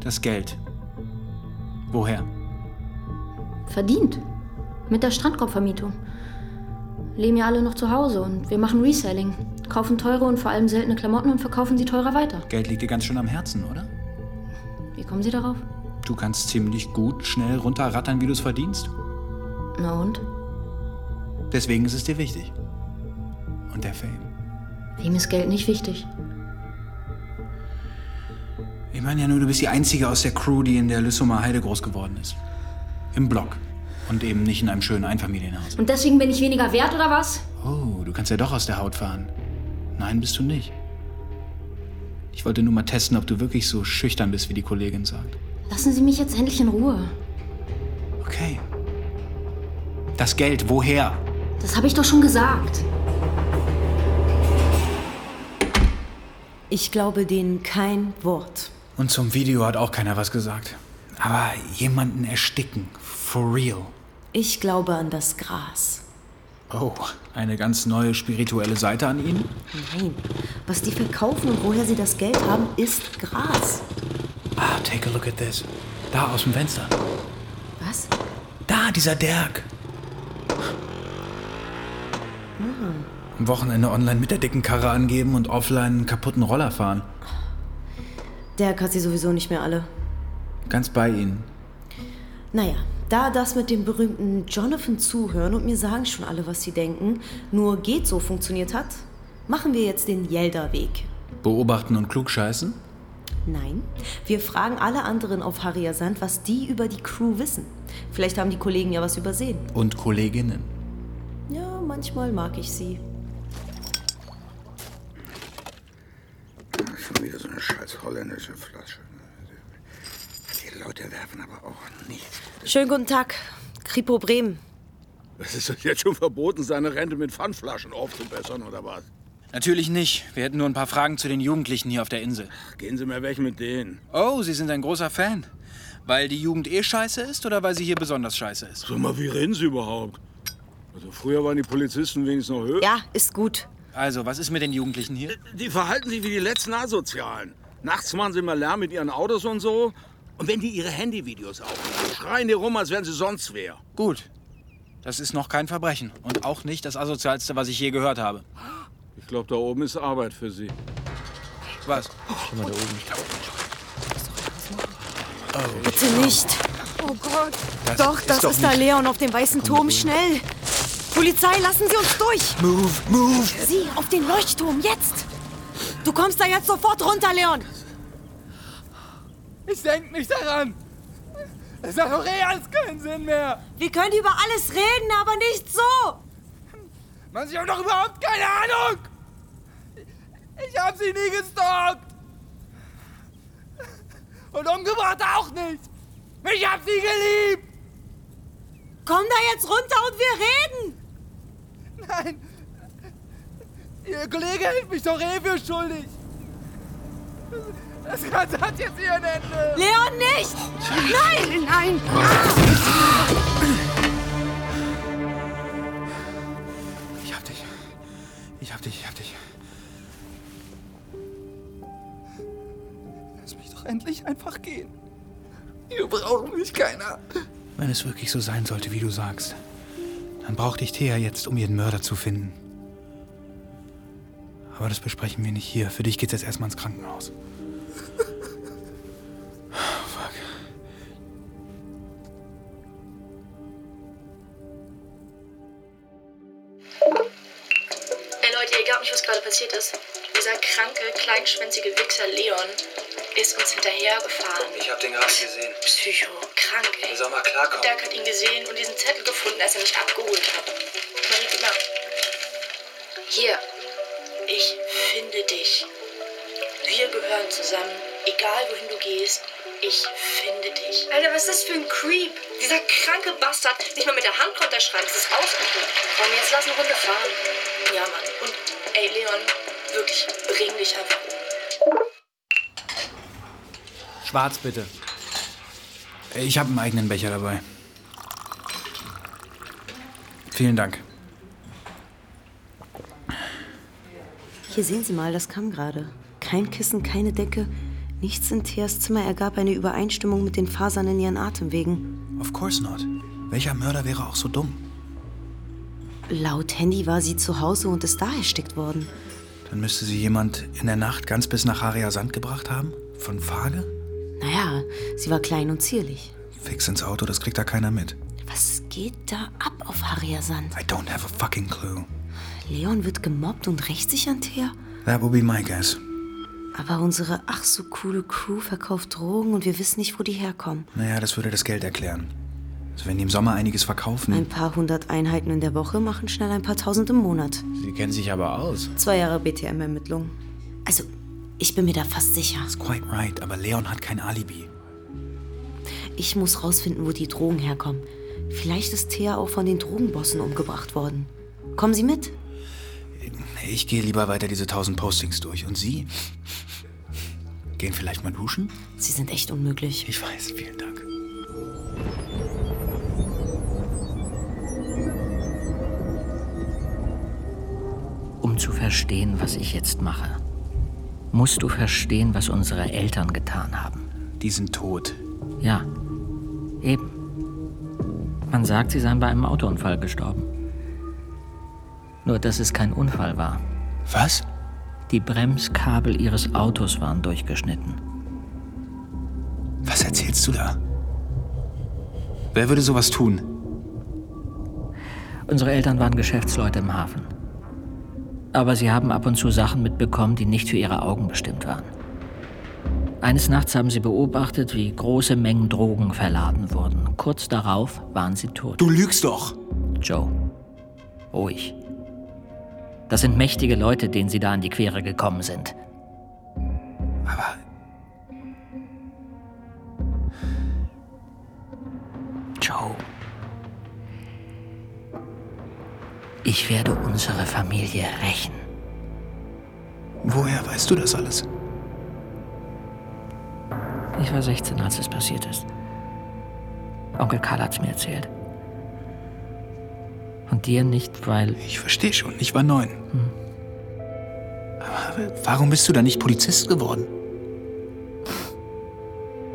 Speaker 9: Das Geld. Woher?
Speaker 10: Verdient. Mit der Strandkorbvermietung. Leben ja alle noch zu Hause und wir machen Reselling. Kaufen teure und vor allem seltene Klamotten und verkaufen sie teurer weiter.
Speaker 9: Geld liegt dir ganz schön am Herzen, oder?
Speaker 10: Wie kommen Sie darauf?
Speaker 9: Du kannst ziemlich gut schnell runterrattern, wie du es verdienst.
Speaker 10: Na und?
Speaker 9: Deswegen ist es dir wichtig. Und der Fame.
Speaker 10: Wem ist Geld nicht wichtig?
Speaker 9: Ich meine ja nur, du bist die Einzige aus der Crew, die in der Lüssumer Heide groß geworden ist. Im Block. Und eben nicht in einem schönen Einfamilienhaus.
Speaker 10: Und deswegen bin ich weniger wert oder was?
Speaker 9: Oh, du kannst ja doch aus der Haut fahren. Nein, bist du nicht. Ich wollte nur mal testen, ob du wirklich so schüchtern bist, wie die Kollegin sagt.
Speaker 10: Lassen Sie mich jetzt endlich in Ruhe.
Speaker 9: Okay. Das Geld, woher?
Speaker 10: Das habe ich doch schon gesagt.
Speaker 6: Ich glaube denen kein Wort.
Speaker 9: Und zum Video hat auch keiner was gesagt. Aber jemanden ersticken. For real.
Speaker 6: Ich glaube an das Gras.
Speaker 9: Oh, eine ganz neue spirituelle Seite an ihnen?
Speaker 6: Nein, was die verkaufen und woher sie das Geld haben, ist Gras.
Speaker 9: Ah, take a look at this. Da aus dem Fenster.
Speaker 6: Was?
Speaker 9: Da, dieser Dirk. Am Wochenende online mit der dicken Karre angeben und offline einen kaputten Roller fahren.
Speaker 6: Dirk hat sie sowieso nicht mehr alle.
Speaker 9: Ganz bei ihnen.
Speaker 6: Naja, da das mit dem berühmten Jonathan zuhören und mir sagen schon alle, was sie denken, nur geht so funktioniert hat, machen wir jetzt den Yelda-Weg.
Speaker 9: Beobachten und klugscheißen?
Speaker 6: Nein, wir fragen alle anderen auf Hariasand, was die über die Crew wissen. Vielleicht haben die Kollegen ja was übersehen.
Speaker 9: Und Kolleginnen.
Speaker 6: Ja, manchmal mag ich sie.
Speaker 11: Schon wieder so eine scheiß holländische Flasche. Die Leute werfen aber auch nichts.
Speaker 6: Schönen guten Tag, Kripo Bremen.
Speaker 11: Es ist doch jetzt schon verboten, seine Rente mit Pfandflaschen aufzubessern, oder was?
Speaker 10: Natürlich nicht. Wir hätten nur ein paar Fragen zu den Jugendlichen hier auf der Insel.
Speaker 11: Gehen Sie mal weg mit denen.
Speaker 10: Oh, Sie sind ein großer Fan. Weil die Jugend eh scheiße ist oder weil sie hier besonders scheiße ist?
Speaker 11: Sag mal, wie reden Sie überhaupt? Also früher waren die Polizisten wenigstens noch höher.
Speaker 6: Ja, ist gut.
Speaker 10: Also, was ist mit den Jugendlichen hier?
Speaker 11: Die verhalten sich wie die letzten Asozialen. Nachts machen sie mal Lärm mit ihren Autos und so. Und wenn die ihre Handyvideos aufnehmen, schreien die rum, als wären sie sonst wer.
Speaker 10: Gut. Das ist noch kein Verbrechen. Und auch nicht das Asozialste, was ich je gehört habe.
Speaker 11: Ich glaube, da oben ist Arbeit für Sie.
Speaker 10: Was?
Speaker 6: Schau mal da oben. Oh. Bitte nicht. Oh Gott. Das doch, ist das doch ist da Leon auf dem weißen Komm, Turm. Ruhig. Schnell. Polizei, lassen Sie uns durch.
Speaker 10: Move, move.
Speaker 6: Sie, auf den Leuchtturm, jetzt. Du kommst da jetzt sofort runter, Leon.
Speaker 17: Ich denk nicht daran. Es hat doch eh alles keinen Sinn mehr.
Speaker 6: Wir können über alles reden, aber nicht so.
Speaker 17: Man, ich habe doch überhaupt keine Ahnung. Ich habe sie nie gestalkt. Und umgebracht auch nicht. Ich hab sie geliebt.
Speaker 6: Komm da jetzt runter und wir reden.
Speaker 17: Nein. Ihr Kollege hilft mich doch eh für schuldig. Das Ganze hat jetzt ihr Ende.
Speaker 6: Leon, nicht! Nein!
Speaker 17: Nein!
Speaker 10: Ich hab dich. Ich hab dich, ich hab dich.
Speaker 17: Lass mich doch endlich einfach gehen. Hier braucht mich keiner.
Speaker 9: Wenn es wirklich so sein sollte, wie du sagst, dann braucht dich Thea jetzt, um ihren Mörder zu finden. Aber das besprechen wir nicht hier. Für dich geht's jetzt erstmal ins Krankenhaus. Oh, fuck.
Speaker 3: Ey Leute, egal nicht, was gerade passiert ist. Dieser kranke, kleinschwänzige Wichser Leon ist uns hinterhergefahren.
Speaker 21: Ich hab den gerade gesehen.
Speaker 3: Psycho, krank, ey.
Speaker 21: Soll mal klarkommen.
Speaker 3: Dirk hat ihn gesehen und diesen Zettel gefunden, als er mich abgeholt hat. Marie, guck mal. Hier. Ich finde dich. Wir gehören zusammen. Egal wohin du gehst, ich finde dich. Alter, was ist das für ein Creep? Dieser kranke Bastard. Nicht mal mit der Hand konnte er schreiben. Das ist ausgedrückt. Komm, jetzt lass eine Runde fahren. Ja, Mann. Und, ey, Leon, wirklich, bring dich einfach um.
Speaker 9: Schwarz bitte. Ich habe einen eigenen Becher dabei. Vielen Dank.
Speaker 6: Hier sehen Sie mal, das kam gerade. Kein Kissen, keine Decke. Nichts in Theas Zimmer ergab eine Übereinstimmung mit den Fasern in ihren Atemwegen.
Speaker 9: Of course not. Welcher Mörder wäre auch so dumm?
Speaker 6: Laut Handy war sie zu Hause und ist da erstickt worden.
Speaker 9: Dann müsste sie jemand in der Nacht ganz bis nach Haria Sand gebracht haben? Von Fage?
Speaker 6: Naja, sie war klein und zierlich.
Speaker 9: Fix ins Auto, das kriegt da keiner mit.
Speaker 6: Was geht da ab auf Harriasand?
Speaker 9: I don't have a fucking clue.
Speaker 6: Leon wird gemobbt und rächt sich an Thea?
Speaker 9: That would be my guess.
Speaker 6: Aber unsere ach so coole Crew verkauft Drogen und wir wissen nicht, wo die herkommen.
Speaker 9: Naja, das würde das Geld erklären. Also wenn die im Sommer einiges
Speaker 22: Hm.
Speaker 9: verkaufen.
Speaker 6: Ein paar hundert Einheiten in der Woche machen schnell ein paar tausend im Monat.
Speaker 9: Sie kennen sich aber aus.
Speaker 6: Zwei Jahre BTM-Ermittlung. Also, ich bin mir da fast sicher.
Speaker 9: That's quite right, aber Leon hat kein Alibi.
Speaker 6: Ich muss rausfinden, wo die Drogen herkommen. Vielleicht ist Thea auch von den Drogenbossen umgebracht worden. Kommen Sie mit?
Speaker 9: Ich gehe lieber weiter diese tausend Postings durch. Und Sie? Gehen vielleicht mal duschen?
Speaker 6: Sie sind echt unmöglich.
Speaker 9: Ich weiß, vielen Dank.
Speaker 15: Um zu verstehen, was ich jetzt mache, musst du verstehen, was unsere Eltern getan haben.
Speaker 9: Die sind tot.
Speaker 15: Ja, eben. Man sagt, sie seien bei einem Autounfall gestorben. Nur, dass es kein Unfall war.
Speaker 9: Was?
Speaker 15: Die Bremskabel ihres Autos waren durchgeschnitten.
Speaker 9: Was erzählst du da? Wer würde sowas tun?
Speaker 15: Unsere Eltern waren Geschäftsleute im Hafen aber sie haben ab und zu Sachen mitbekommen, die nicht für ihre Augen bestimmt waren. Eines Nachts haben sie beobachtet, wie große Mengen Drogen verladen wurden. Kurz darauf waren sie tot.
Speaker 23: Du lügst doch!
Speaker 15: Joe, ruhig. Das sind mächtige Leute, denen sie da in die Quere gekommen sind.
Speaker 23: Aber.
Speaker 15: Joe. Ich werde unsere Familie rächen.
Speaker 23: Woher weißt du das alles?
Speaker 15: Ich war 16, als es passiert ist. Onkel Karl hat's mir erzählt. Und dir nicht, weil.
Speaker 23: Ich verstehe schon, ich war neun. Hm. Aber warum bist du dann nicht Polizist geworden?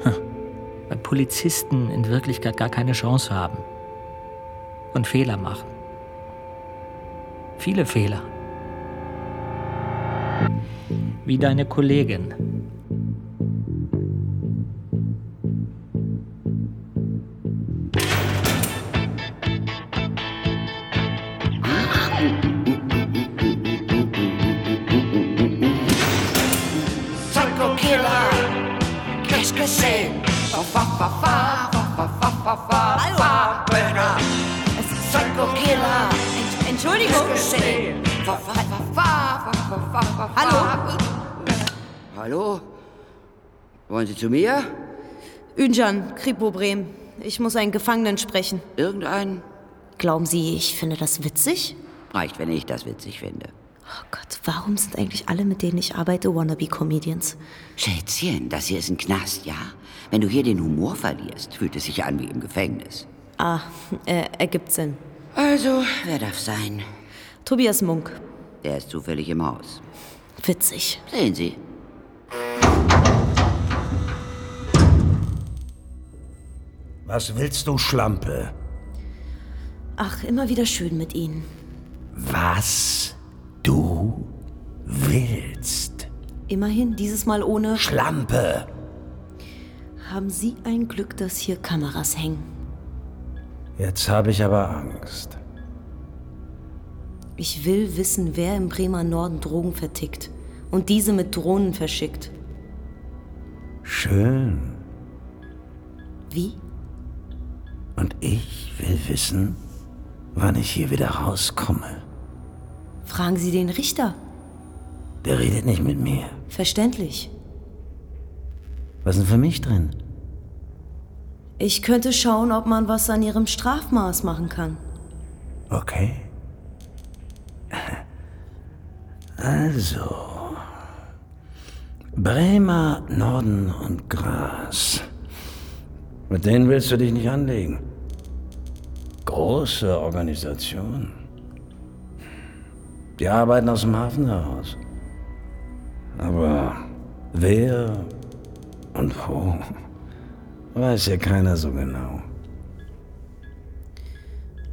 Speaker 15: Hm. Weil Polizisten in Wirklichkeit gar keine Chance haben. Und Fehler machen. Viele Fehler. Wie deine Kollegin.
Speaker 3: um.
Speaker 11: Entschuldigung. Hallo?
Speaker 22: Hallo? Wollen Sie zu mir?
Speaker 6: Ünjan, Kripo Bremen. Ich muss einen Gefangenen sprechen.
Speaker 22: Irgendeinen?
Speaker 6: Glauben Sie, ich finde das witzig?
Speaker 22: Reicht, wenn ich das witzig finde.
Speaker 6: Oh Gott, warum sind eigentlich alle, mit denen ich arbeite, Wannabe-Comedians?
Speaker 22: Schätzchen, das hier ist ein Knast, ja? Wenn du hier den Humor verlierst, fühlt es sich an wie im Gefängnis.
Speaker 6: Ah, äh, ergibt Sinn.
Speaker 22: Also, wer darf sein?
Speaker 6: Tobias Munk.
Speaker 22: Der ist zufällig im Haus.
Speaker 6: Witzig.
Speaker 22: Sehen Sie.
Speaker 7: Was willst du, Schlampe?
Speaker 6: Ach, immer wieder schön mit Ihnen.
Speaker 7: Was du willst.
Speaker 6: Immerhin, dieses Mal ohne.
Speaker 7: Schlampe!
Speaker 6: Haben Sie ein Glück, dass hier Kameras hängen?
Speaker 7: Jetzt habe ich aber Angst.
Speaker 6: Ich will wissen, wer im Bremer Norden Drogen vertickt und diese mit Drohnen verschickt.
Speaker 7: Schön.
Speaker 6: Wie?
Speaker 7: Und ich will wissen, wann ich hier wieder rauskomme.
Speaker 6: Fragen Sie den Richter.
Speaker 7: Der redet nicht mit mir.
Speaker 6: Verständlich.
Speaker 7: Was ist denn für mich drin?
Speaker 6: Ich könnte schauen, ob man was an ihrem Strafmaß machen kann.
Speaker 7: Okay. Also. Bremer, Norden und Gras. Mit denen willst du dich nicht anlegen. Große Organisation. Die arbeiten aus dem Hafen heraus. Aber wer und wo? Weiß ja keiner so genau.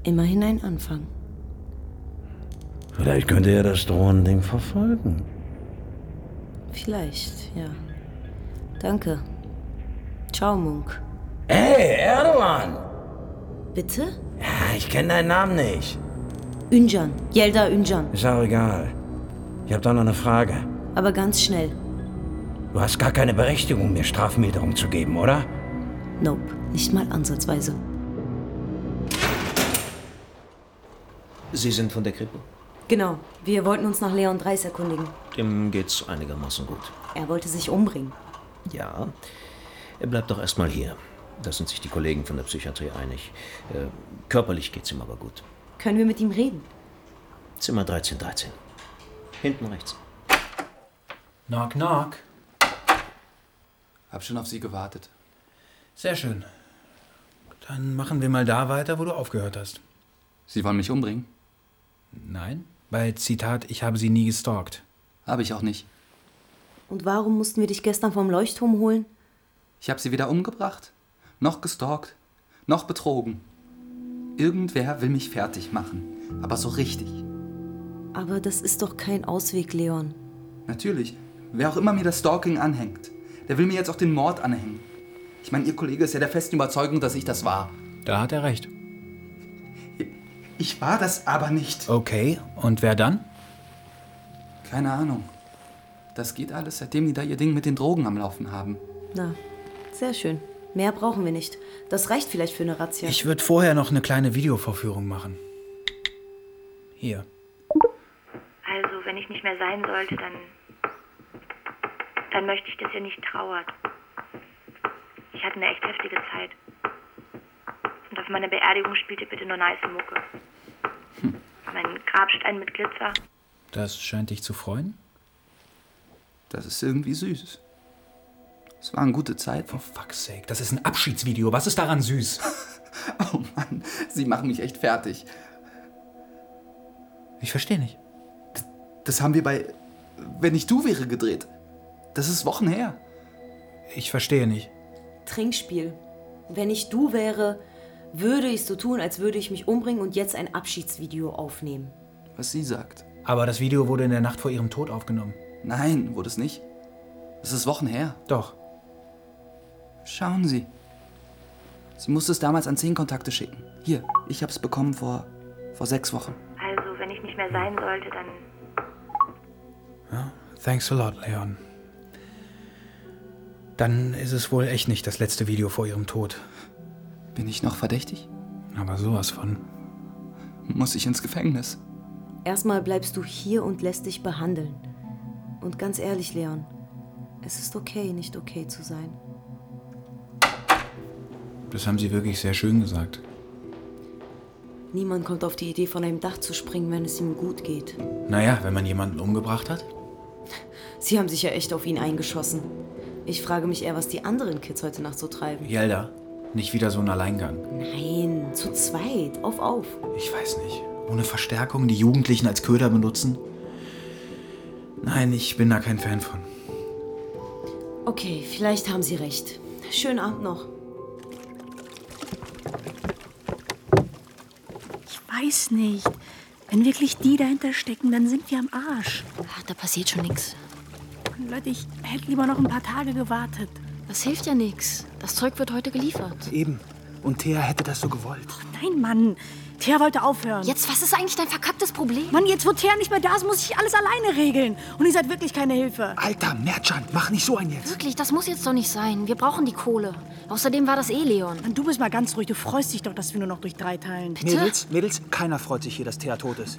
Speaker 6: Immerhin ein Anfang.
Speaker 7: Vielleicht könnte er das Drohending verfolgen.
Speaker 6: Vielleicht, ja. Danke. Ciao, Munk.
Speaker 7: Hey, Erdogan!
Speaker 6: Bitte?
Speaker 7: Ja, Ah, ich kenne deinen Namen nicht.
Speaker 6: Ünjan. Yelda Ünjan.
Speaker 7: Ist auch egal. Ich habe da noch eine Frage.
Speaker 6: Aber ganz schnell.
Speaker 7: Du hast gar keine Berechtigung, mir Strafmilderung zu geben, oder?
Speaker 6: Nope, nicht mal ansatzweise.
Speaker 24: Sie sind von der Kripo?
Speaker 6: Genau, wir wollten uns nach Leon Dreis erkundigen.
Speaker 24: Dem geht's einigermaßen gut.
Speaker 6: Er wollte sich umbringen.
Speaker 24: Ja, er bleibt doch erstmal hier. Da sind sich die Kollegen von der Psychiatrie einig. Äh, körperlich geht's ihm aber gut.
Speaker 6: Können wir mit ihm reden?
Speaker 24: Zimmer 1313. 13. Hinten rechts.
Speaker 9: Knock, knock.
Speaker 17: Hab schon auf Sie gewartet.
Speaker 9: Sehr schön. Dann machen wir mal da weiter, wo du aufgehört hast.
Speaker 17: Sie wollen mich umbringen?
Speaker 9: Nein, weil Zitat, ich habe sie nie gestalkt.
Speaker 17: Habe ich auch nicht.
Speaker 6: Und warum mussten wir dich gestern vom Leuchtturm holen?
Speaker 17: Ich habe sie weder umgebracht, noch gestalkt, noch betrogen. Irgendwer will mich fertig machen, aber so richtig.
Speaker 6: Aber das ist doch kein Ausweg, Leon.
Speaker 17: Natürlich, wer auch immer mir das Stalking anhängt, der will mir jetzt auch den Mord anhängen. Ich meine, Ihr Kollege ist ja der festen Überzeugung, dass ich das war.
Speaker 9: Da hat er recht.
Speaker 17: Ich war das aber nicht.
Speaker 9: Okay, und wer dann?
Speaker 17: Keine Ahnung. Das geht alles, seitdem die da ihr Ding mit den Drogen am Laufen haben.
Speaker 6: Na, sehr schön. Mehr brauchen wir nicht. Das reicht vielleicht für eine Razzia.
Speaker 9: Ich würde vorher noch eine kleine Videovorführung machen. Hier.
Speaker 8: Also, wenn ich nicht mehr sein sollte, dann. dann möchte ich, dass ihr nicht trauert. Ich hatte eine echt heftige Zeit. Und auf meiner Beerdigung spielt ihr bitte nur nice Mucke.
Speaker 24: Hm.
Speaker 8: Mein Grabstein mit Glitzer.
Speaker 9: Das scheint dich zu freuen.
Speaker 17: Das ist irgendwie süß. Es war eine gute Zeit. For
Speaker 9: fuck's sake, das ist ein Abschiedsvideo. Was ist daran süß?
Speaker 17: oh Mann, sie machen mich echt fertig.
Speaker 9: Ich verstehe nicht.
Speaker 17: Das, das haben wir bei Wenn ich du wäre gedreht. Das ist Wochen her.
Speaker 9: Ich verstehe nicht.
Speaker 6: Trinkspiel. Wenn ich du wäre, würde ich so tun, als würde ich mich umbringen und jetzt ein Abschiedsvideo aufnehmen.
Speaker 17: Was sie sagt.
Speaker 9: Aber das Video wurde in der Nacht vor ihrem Tod aufgenommen.
Speaker 17: Nein, wurde es nicht. Es ist Wochen her.
Speaker 9: Doch.
Speaker 17: Schauen Sie. Sie musste es damals an zehn Kontakte schicken. Hier, ich hab's bekommen vor, vor sechs Wochen.
Speaker 8: Also, wenn ich nicht mehr sein sollte, dann.
Speaker 9: Ja, thanks a lot, Leon. Dann ist es wohl echt nicht das letzte Video vor ihrem Tod.
Speaker 17: Bin ich noch verdächtig?
Speaker 9: Aber sowas von.
Speaker 17: Muss ich ins Gefängnis?
Speaker 6: Erstmal bleibst du hier und lässt dich behandeln. Und ganz ehrlich, Leon, es ist okay, nicht okay zu sein.
Speaker 9: Das haben Sie wirklich sehr schön gesagt.
Speaker 6: Niemand kommt auf die Idee, von einem Dach zu springen, wenn es ihm gut geht.
Speaker 9: Naja, wenn man jemanden umgebracht hat?
Speaker 6: Sie haben sich ja echt auf ihn eingeschossen. Ich frage mich eher, was die anderen Kids heute Nacht so treiben.
Speaker 9: Jelda, nicht wieder so ein Alleingang.
Speaker 6: Nein, zu zweit. Auf, auf.
Speaker 9: Ich weiß nicht. Ohne Verstärkung die Jugendlichen als Köder benutzen? Nein, ich bin da kein Fan von.
Speaker 6: Okay, vielleicht haben Sie recht. Schönen Abend noch.
Speaker 10: Ich weiß nicht. Wenn wirklich die dahinter stecken, dann sind wir am Arsch.
Speaker 12: Ach, da passiert schon nichts.
Speaker 10: Leute, ich hätte lieber noch ein paar Tage gewartet.
Speaker 12: Das hilft ja nichts. Das Zeug wird heute geliefert.
Speaker 11: Eben. Und Thea hätte das so gewollt.
Speaker 10: Nein, Mann. Thea wollte aufhören.
Speaker 12: Jetzt, was ist eigentlich dein verkacktes Problem?
Speaker 10: Mann, jetzt wo Thea nicht mehr da ist, muss ich alles alleine regeln. Und ihr seid wirklich keine Hilfe.
Speaker 11: Alter, Merchant, mach nicht so ein jetzt.
Speaker 12: Wirklich, das muss jetzt doch nicht sein. Wir brauchen die Kohle. Außerdem war das eh Leon.
Speaker 10: Mann, du bist mal ganz ruhig. Du freust dich doch, dass wir nur noch durch drei teilen.
Speaker 12: Bitte?
Speaker 11: Mädels, Mädels, keiner freut sich hier, dass Thea tot ist.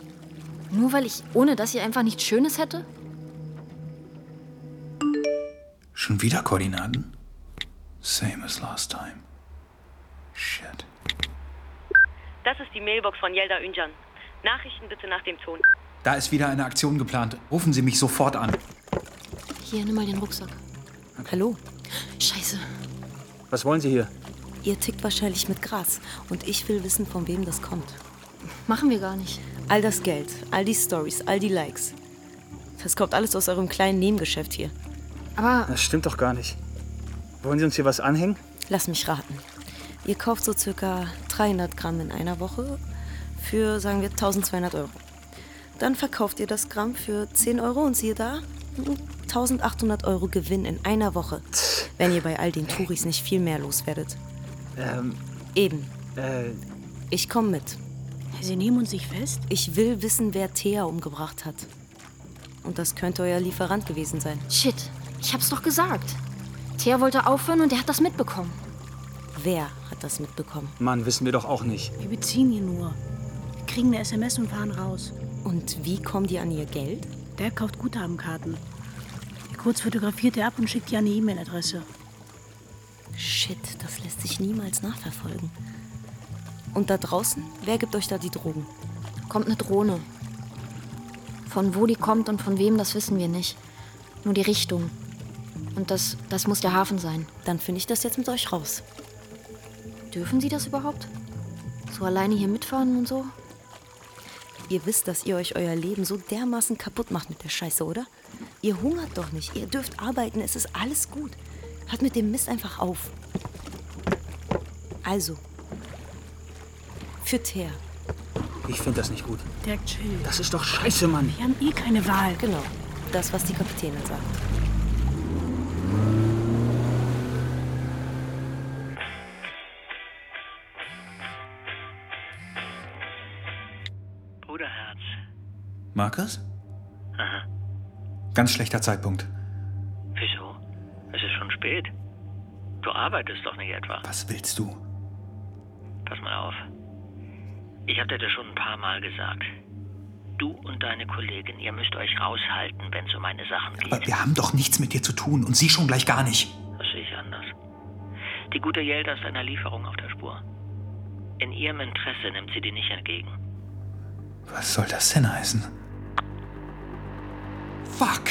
Speaker 12: Nur weil ich ohne das hier einfach nichts Schönes hätte?
Speaker 9: Schon wieder Koordinaten? Same as last time. Shit.
Speaker 13: Das ist die Mailbox von Yelda Ünjan. Nachrichten bitte nach dem Ton.
Speaker 9: Da ist wieder eine Aktion geplant. Rufen Sie mich sofort an.
Speaker 12: Hier, nimm mal den Rucksack.
Speaker 6: Hallo?
Speaker 12: Scheiße.
Speaker 11: Was wollen Sie hier?
Speaker 6: Ihr tickt wahrscheinlich mit Gras. Und ich will wissen, von wem das kommt.
Speaker 12: Machen wir gar nicht.
Speaker 6: All das Geld, all die Stories, all die Likes. Das kommt alles aus eurem kleinen Nebengeschäft hier.
Speaker 12: Aber.
Speaker 11: Das stimmt doch gar nicht. Wollen Sie uns hier was anhängen?
Speaker 6: Lass mich raten. Ihr kauft so circa 300 Gramm in einer Woche für, sagen wir, 1200 Euro. Dann verkauft ihr das Gramm für 10 Euro und siehe da, 1800 Euro Gewinn in einer Woche, wenn ihr bei all den Touris nicht viel mehr loswerdet.
Speaker 11: Ähm,
Speaker 6: Eben.
Speaker 11: äh,
Speaker 6: Ich komme mit.
Speaker 10: Sie nehmen uns nicht fest?
Speaker 6: Ich will wissen, wer Thea umgebracht hat. Und das könnte euer Lieferant gewesen sein.
Speaker 12: Shit, ich hab's doch gesagt. Thea wollte aufhören und er hat das mitbekommen.
Speaker 6: Wer hat das mitbekommen?
Speaker 11: Mann, wissen wir doch auch nicht.
Speaker 10: Wir beziehen hier nur. Wir kriegen eine SMS und fahren raus.
Speaker 6: Und wie kommen die an ihr Geld?
Speaker 10: Der kauft Guthabenkarten. Der kurz fotografiert er ab und schickt ihr eine E-Mail-Adresse.
Speaker 6: Shit, das lässt sich niemals nachverfolgen. Und da draußen, wer gibt euch da die Drogen?
Speaker 12: Kommt eine Drohne. Von wo die kommt und von wem, das wissen wir nicht. Nur die Richtung. Und das, das muss der Hafen sein.
Speaker 6: Dann finde ich das jetzt mit euch raus.
Speaker 12: Dürfen sie das überhaupt? So alleine hier mitfahren und so?
Speaker 6: Ihr wisst, dass ihr euch euer Leben so dermaßen kaputt macht mit der Scheiße, oder? Ihr hungert doch nicht, ihr dürft arbeiten, es ist alles gut. Hört mit dem Mist einfach auf. Also, für Thea.
Speaker 11: Ich finde das nicht gut.
Speaker 10: Der chill.
Speaker 11: Das ist doch scheiße, Mann.
Speaker 10: Wir haben eh keine Wahl.
Speaker 6: Genau, das, was die Kapitänin sagt.
Speaker 14: Bruderherz.
Speaker 9: Markus?
Speaker 14: Aha.
Speaker 9: Ganz schlechter Zeitpunkt.
Speaker 14: Wieso? Es ist schon spät.
Speaker 25: Du arbeitest doch nicht etwa.
Speaker 11: Was willst du?
Speaker 25: Pass mal auf. Ich hab dir das schon ein paar Mal gesagt. Du und deine Kollegin, ihr müsst euch raushalten, wenn es um meine Sachen geht.
Speaker 11: Aber wir haben doch nichts mit dir zu tun und sie schon gleich gar nicht.
Speaker 25: Das sehe ich anders. Die gute Jelda ist einer Lieferung auf der Spur. In ihrem Interesse nimmt sie die nicht entgegen.
Speaker 11: Was soll das denn heißen?
Speaker 9: Fuck!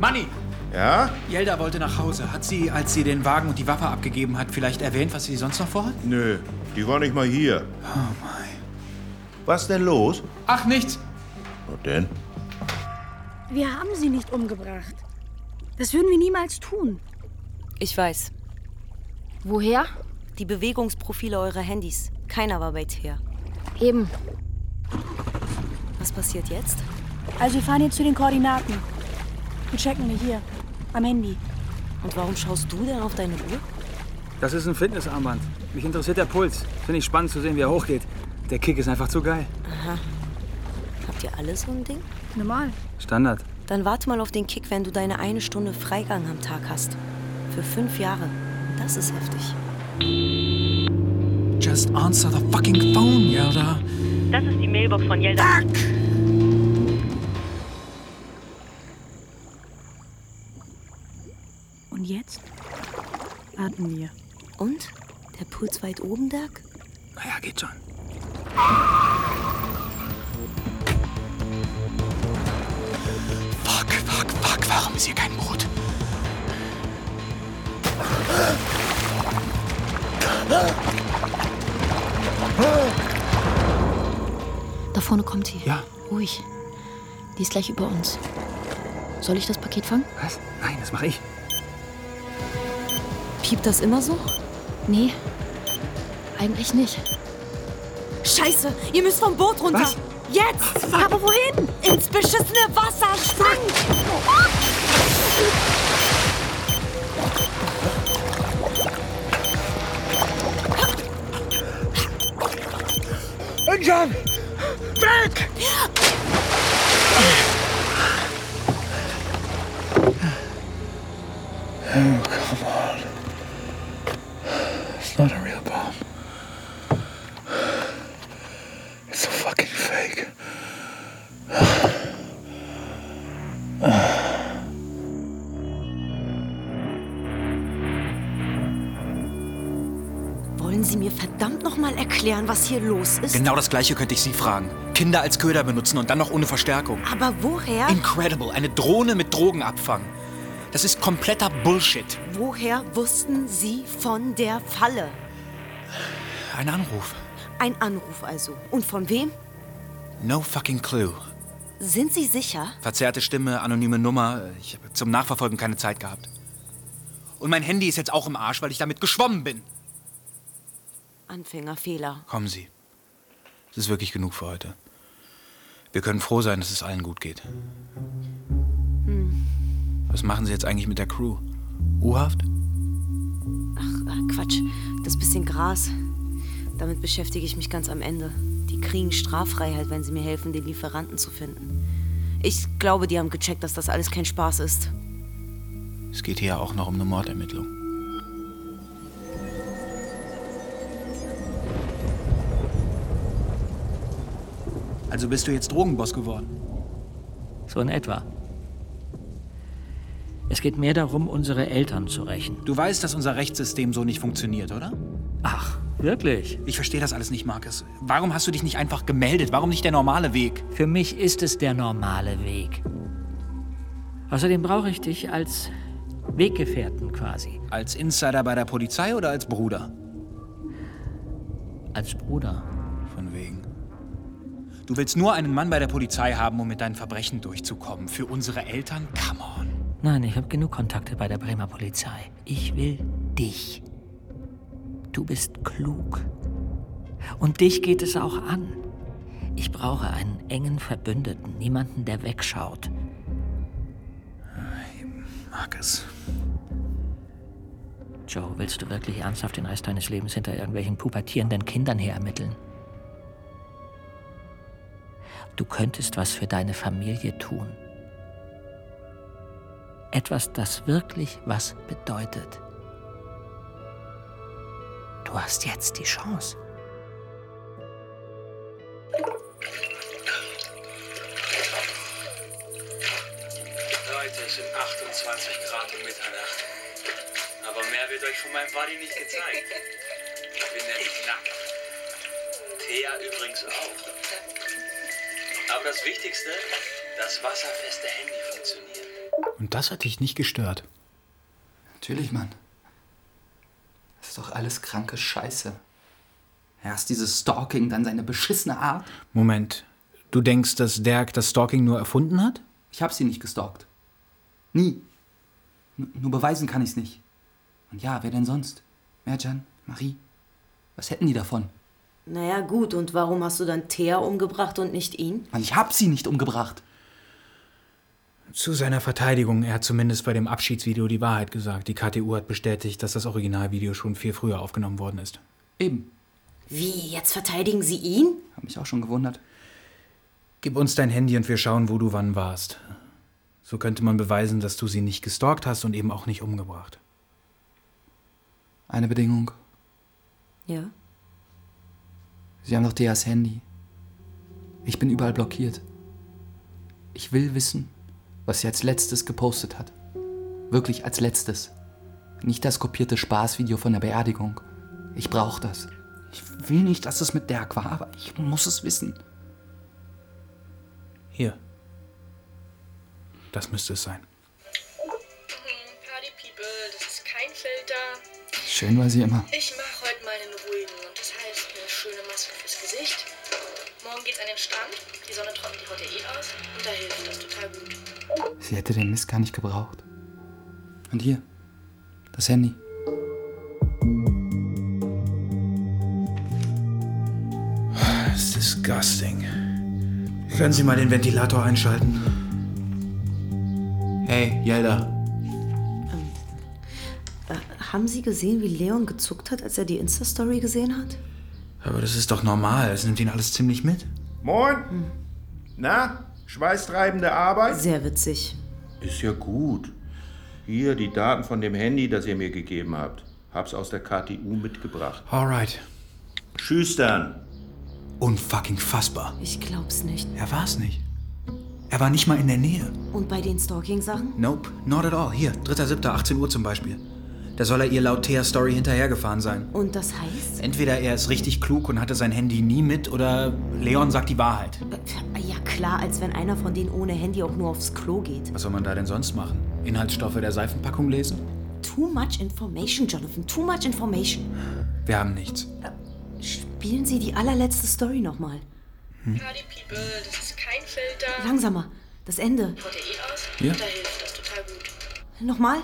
Speaker 9: Manni!
Speaker 24: Ja?
Speaker 9: Jelda wollte nach Hause. Hat sie, als sie den Wagen und die Waffe abgegeben hat, vielleicht erwähnt, was sie sonst noch vorhat?
Speaker 24: Nö, die war nicht mal hier.
Speaker 9: Oh mein.
Speaker 24: Was denn los?
Speaker 9: Ach, nichts.
Speaker 24: Und denn?
Speaker 10: Wir haben sie nicht umgebracht. Das würden wir niemals tun.
Speaker 6: Ich weiß.
Speaker 26: Woher?
Speaker 6: Die Bewegungsprofile eurer Handys. Keiner war bei Thea.
Speaker 26: Eben.
Speaker 6: Was passiert jetzt?
Speaker 10: Also wir fahren jetzt zu den Koordinaten. Wir checken wir hier. Am Handy.
Speaker 6: Und warum schaust du denn auf deine Uhr?
Speaker 27: Das ist ein Fitnessarmband. Mich interessiert der Puls. Finde ich spannend zu sehen, wie er hochgeht. Der Kick ist einfach zu geil.
Speaker 6: Aha. Habt ihr alle so ein Ding?
Speaker 10: Normal.
Speaker 27: Standard.
Speaker 6: Dann warte mal auf den Kick, wenn du deine eine Stunde Freigang am Tag hast. Für fünf Jahre. Das ist heftig.
Speaker 9: Just answer the fucking phone, Jelda.
Speaker 25: Das ist die Mailbox von Jelda.
Speaker 10: Und jetzt? Atmen wir.
Speaker 6: Und? Der Puls weit oben, Dirk?
Speaker 27: Naja, geht schon.
Speaker 9: Fuck, fuck, fuck, warum ist hier kein Brot?
Speaker 26: Da vorne kommt sie.
Speaker 27: Ja.
Speaker 26: Ruhig. Die ist gleich über uns. Soll ich das Paket fangen?
Speaker 27: Was? Nein, das mache ich.
Speaker 6: Piept das immer so?
Speaker 26: Nee. Eigentlich nicht.
Speaker 6: Scheiße, ihr müsst vom Boot runter.
Speaker 26: Was?
Speaker 6: Jetzt! Aber wohin? Ins beschissene Wasser springen!
Speaker 28: Injan! Weg!
Speaker 11: Oh, come on. It's not a real bomb. It's a fucking fake.
Speaker 6: Wollen Sie mir verdammt nochmal erklären, was hier los ist?
Speaker 9: Genau das gleiche könnte ich Sie fragen. Kinder als Köder benutzen und dann noch ohne Verstärkung.
Speaker 6: Aber woher?
Speaker 9: Incredible, eine Drohne mit Drogenabfang. Das ist kompletter Bullshit.
Speaker 6: Woher wussten Sie von der Falle?
Speaker 9: Ein Anruf.
Speaker 6: Ein Anruf also. Und von wem?
Speaker 9: No fucking clue.
Speaker 6: Sind Sie sicher?
Speaker 9: Verzerrte Stimme, anonyme Nummer. Ich habe zum Nachverfolgen keine Zeit gehabt. Und mein Handy ist jetzt auch im Arsch, weil ich damit geschwommen bin.
Speaker 6: Anfängerfehler.
Speaker 9: Kommen Sie. Es ist wirklich genug für heute. Wir können froh sein, dass es allen gut geht.
Speaker 6: Hm.
Speaker 9: Was machen Sie jetzt eigentlich mit der Crew? U-Haft?
Speaker 6: Ach, ah, Quatsch. Das bisschen Gras. Damit beschäftige ich mich ganz am Ende. Die kriegen Straffreiheit, wenn sie mir helfen, den Lieferanten zu finden. Ich glaube, die haben gecheckt, dass das alles kein Spaß ist.
Speaker 9: Es geht hier ja auch noch um eine Mordermittlung. Also bist du jetzt Drogenboss geworden?
Speaker 15: So in etwa. Es geht mehr darum, unsere Eltern zu rächen.
Speaker 9: Du weißt, dass unser Rechtssystem so nicht funktioniert, oder?
Speaker 15: Ach, wirklich?
Speaker 9: Ich verstehe das alles nicht, Marcus. Warum hast du dich nicht einfach gemeldet? Warum nicht der normale Weg?
Speaker 15: Für mich ist es der normale Weg. Außerdem brauche ich dich als Weggefährten quasi.
Speaker 9: Als Insider bei der Polizei oder als Bruder?
Speaker 15: Als Bruder.
Speaker 9: Von wegen. Du willst nur einen Mann bei der Polizei haben, um mit deinen Verbrechen durchzukommen. Für unsere Eltern? Come on.
Speaker 15: Nein, ich habe genug Kontakte bei der Bremer Polizei. Ich will dich. Du bist klug. Und dich geht es auch an. Ich brauche einen engen Verbündeten, niemanden, der wegschaut.
Speaker 9: Marcus.
Speaker 15: Joe, willst du wirklich ernsthaft den Rest deines Lebens hinter irgendwelchen pubertierenden Kindern herermitteln? Du könntest was für deine Familie tun. Etwas, das wirklich was bedeutet. Du hast jetzt die Chance.
Speaker 29: Leute, es sind 28 Grad um Mitternacht. Aber mehr wird euch von meinem Buddy nicht gezeigt. Ich bin nämlich nackt. Thea übrigens auch. Aber das Wichtigste, das wasserfeste Handy funktioniert.
Speaker 9: Und das hat dich nicht gestört.
Speaker 17: Natürlich, Mann. Das ist doch alles kranke Scheiße. Erst dieses Stalking, dann seine beschissene Art.
Speaker 9: Moment, du denkst, dass Dirk das Stalking nur erfunden hat?
Speaker 17: Ich hab sie nicht gestalkt. Nie. N nur beweisen kann ich's nicht. Und ja, wer denn sonst? Merjan, Marie. Was hätten die davon?
Speaker 6: Naja, gut, und warum hast du dann Thea umgebracht und nicht ihn?
Speaker 17: Mann, ich hab sie nicht umgebracht.
Speaker 9: Zu seiner Verteidigung, er hat zumindest bei dem Abschiedsvideo die Wahrheit gesagt. Die KTU hat bestätigt, dass das Originalvideo schon viel früher aufgenommen worden ist.
Speaker 17: Eben.
Speaker 6: Wie, jetzt verteidigen sie ihn?
Speaker 17: Hab mich auch schon gewundert.
Speaker 9: Gib uns dein Handy und wir schauen, wo du wann warst. So könnte man beweisen, dass du sie nicht gestalkt hast und eben auch nicht umgebracht.
Speaker 17: Eine Bedingung.
Speaker 6: Ja.
Speaker 17: Sie haben doch Theas Handy. Ich bin überall blockiert. Ich will wissen, was sie als letztes gepostet hat. Wirklich als letztes. Nicht das kopierte Spaßvideo von der Beerdigung. Ich brauche das. Ich will nicht, dass es mit Dirk war, aber ich muss es wissen.
Speaker 9: Hier. Das müsste es sein.
Speaker 3: Party People, das ist kein Filter.
Speaker 17: Schön war sie immer.
Speaker 3: Ich mache heute mal einen ruhigen und das heißt eine schöne Maske fürs Gesicht. Morgen geht's an den Strand, die Sonne trocknet die Haut ja eh aus und da hilft das total gut.
Speaker 17: Sie hätte den Mist gar nicht gebraucht. Und hier, das Handy.
Speaker 9: Das ist disgusting. Können Sie mal den Ventilator einschalten?
Speaker 17: Hey, Jelda.
Speaker 6: Äh, Haben Sie gesehen, wie Leon gezuckt hat, als er die Insta-Story gesehen hat?
Speaker 9: Aber das ist doch normal. Es nimmt ihn alles ziemlich mit.
Speaker 30: Moin! Na, schweißtreibende Arbeit?
Speaker 6: Sehr witzig.
Speaker 30: Ist ja gut. Hier die Daten von dem Handy, das ihr mir gegeben habt. Hab's aus der KTU mitgebracht.
Speaker 9: Alright.
Speaker 30: Schüstern.
Speaker 9: Unfucking fassbar.
Speaker 6: Ich glaub's nicht.
Speaker 9: Er war's nicht. Er war nicht mal in der Nähe.
Speaker 6: Und bei den Stalking-Sachen?
Speaker 9: Nope, not at all. Hier, 3.7., 18 Uhr zum Beispiel. Da soll er ihr laut Theas Story hinterhergefahren sein.
Speaker 6: Und das heißt?
Speaker 9: Entweder er ist richtig klug und hatte sein Handy nie mit, oder Leon sagt die Wahrheit.
Speaker 6: Ja klar, als wenn einer von denen ohne Handy auch nur aufs Klo geht.
Speaker 9: Was soll man da denn sonst machen? Inhaltsstoffe der Seifenpackung lesen?
Speaker 6: Too much information, Jonathan. Too much information.
Speaker 9: Wir haben nichts.
Speaker 6: Spielen Sie die allerletzte Story nochmal.
Speaker 3: Party People, das ist kein Filter.
Speaker 6: Langsamer. Das Ende.
Speaker 3: Die Haut ja eh aus
Speaker 6: Ja.
Speaker 3: und da hilft das total gut.
Speaker 6: Nochmal?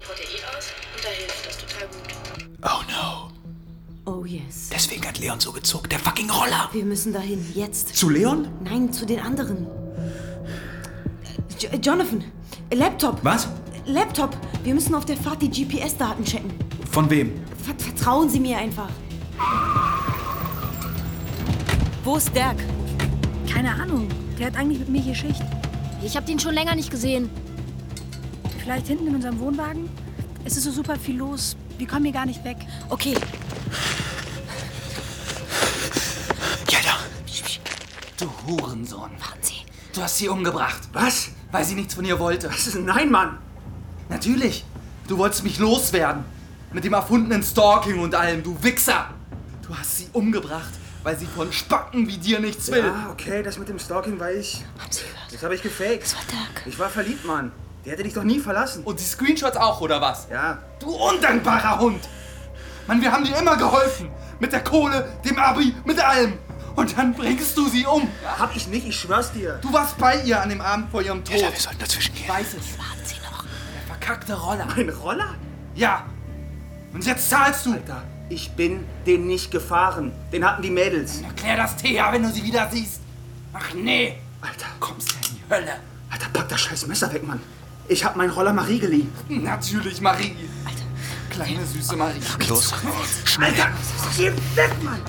Speaker 3: Die Haut ja eh aus und da hilft das total gut.
Speaker 9: Oh no.
Speaker 6: Oh yes.
Speaker 9: Deswegen hat Leon so gezuckt. Der fucking Roller.
Speaker 6: Wir müssen dahin. Jetzt.
Speaker 9: Zu Leon?
Speaker 6: Nein, zu den anderen. J Jonathan, Laptop.
Speaker 9: Was?
Speaker 6: Laptop. Wir müssen auf der Fahrt die GPS-Daten checken.
Speaker 9: Von wem?
Speaker 6: Ver vertrauen Sie mir einfach. Wo ist Dirk?
Speaker 10: Keine Ahnung. Der hat eigentlich mit mir hier Schicht.
Speaker 31: Ich habe den schon länger nicht gesehen.
Speaker 10: Vielleicht hinten in unserem Wohnwagen? Es ist so super viel los. Wir kommen hier gar nicht weg.
Speaker 6: Okay.
Speaker 17: Jelda! Du Hurensohn.
Speaker 6: Wahnsinn.
Speaker 17: Du hast sie umgebracht.
Speaker 11: Was?
Speaker 17: Weil sie nichts von ihr wollte.
Speaker 11: Das ist ein Nein, Mann.
Speaker 17: Natürlich. Du wolltest mich loswerden. Mit dem erfundenen Stalking und allem, du Wichser. Du hast sie umgebracht, weil sie von Spacken wie dir nichts will.
Speaker 11: Ja, okay, das mit dem Stalking war ich. Haben Sie gehört? Das habe ich gefaked. Das war Dirk. Ich war verliebt, Mann. Der hätte dich doch nie verlassen.
Speaker 17: Und die Screenshots auch, oder was?
Speaker 11: Ja.
Speaker 17: Du undankbarer Hund! Mann, wir haben dir immer geholfen. Mit der Kohle, dem Abi, mit allem. Und dann bringst du sie um.
Speaker 11: Hab ich nicht, ich schwör's dir.
Speaker 17: Du warst bei ihr an dem Abend vor ihrem Tod.
Speaker 11: Alter, wir sollten dazwischen gehen.
Speaker 17: Ich weiß es. Warten Sie noch. Der verkackte Roller.
Speaker 11: Ein Roller?
Speaker 17: Ja. Und jetzt zahlst du.
Speaker 11: Alter, ich bin den nicht gefahren. Den hatten die Mädels.
Speaker 17: Klär das Thea, wenn du sie wieder siehst. Ach nee. Alter, kommst ja in die Hölle.
Speaker 11: Alter, pack das scheiß Messer weg, Mann. Ich hab meinen Roller Marie geliehen.
Speaker 17: Natürlich, Marie. Alter. Kleine süße Marie.
Speaker 11: Los. Alter, geh weg, Mann.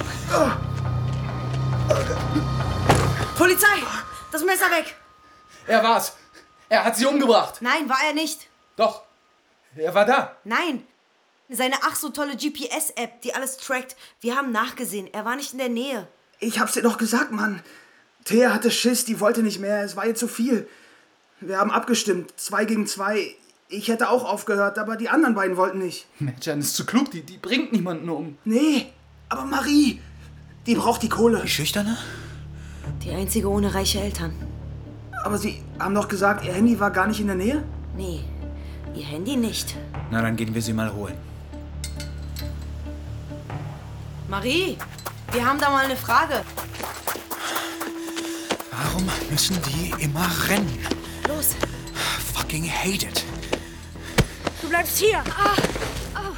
Speaker 6: Polizei! Das Messer weg!
Speaker 17: Er war's. Er hat sie umgebracht.
Speaker 6: Nein, war er nicht.
Speaker 9: Doch, er war da.
Speaker 6: Nein! Seine ach so tolle GPS-App, die alles trackt. Wir haben nachgesehen. Er war nicht in der Nähe.
Speaker 11: Ich hab's dir doch gesagt, Mann. Thea hatte Schiss, die wollte nicht mehr. Es war ihr zu viel. Wir haben abgestimmt. Zwei gegen zwei. Ich hätte auch aufgehört, aber die anderen beiden wollten nicht.
Speaker 17: Mertjan ist zu klug, die, die bringt niemanden um.
Speaker 11: Nee, aber Marie, die braucht die Kohle. Die
Speaker 9: Schüchterne?
Speaker 6: Die einzige ohne reiche Eltern.
Speaker 11: Aber Sie haben doch gesagt, Ihr Handy war gar nicht in der Nähe?
Speaker 6: Nee, ihr Handy nicht.
Speaker 17: Na, dann gehen wir sie mal holen.
Speaker 6: Marie, wir haben da mal eine Frage.
Speaker 9: Warum müssen die immer rennen?
Speaker 6: Los,
Speaker 9: Fucking hate it.
Speaker 32: Du bleibst hier. Ah. Au.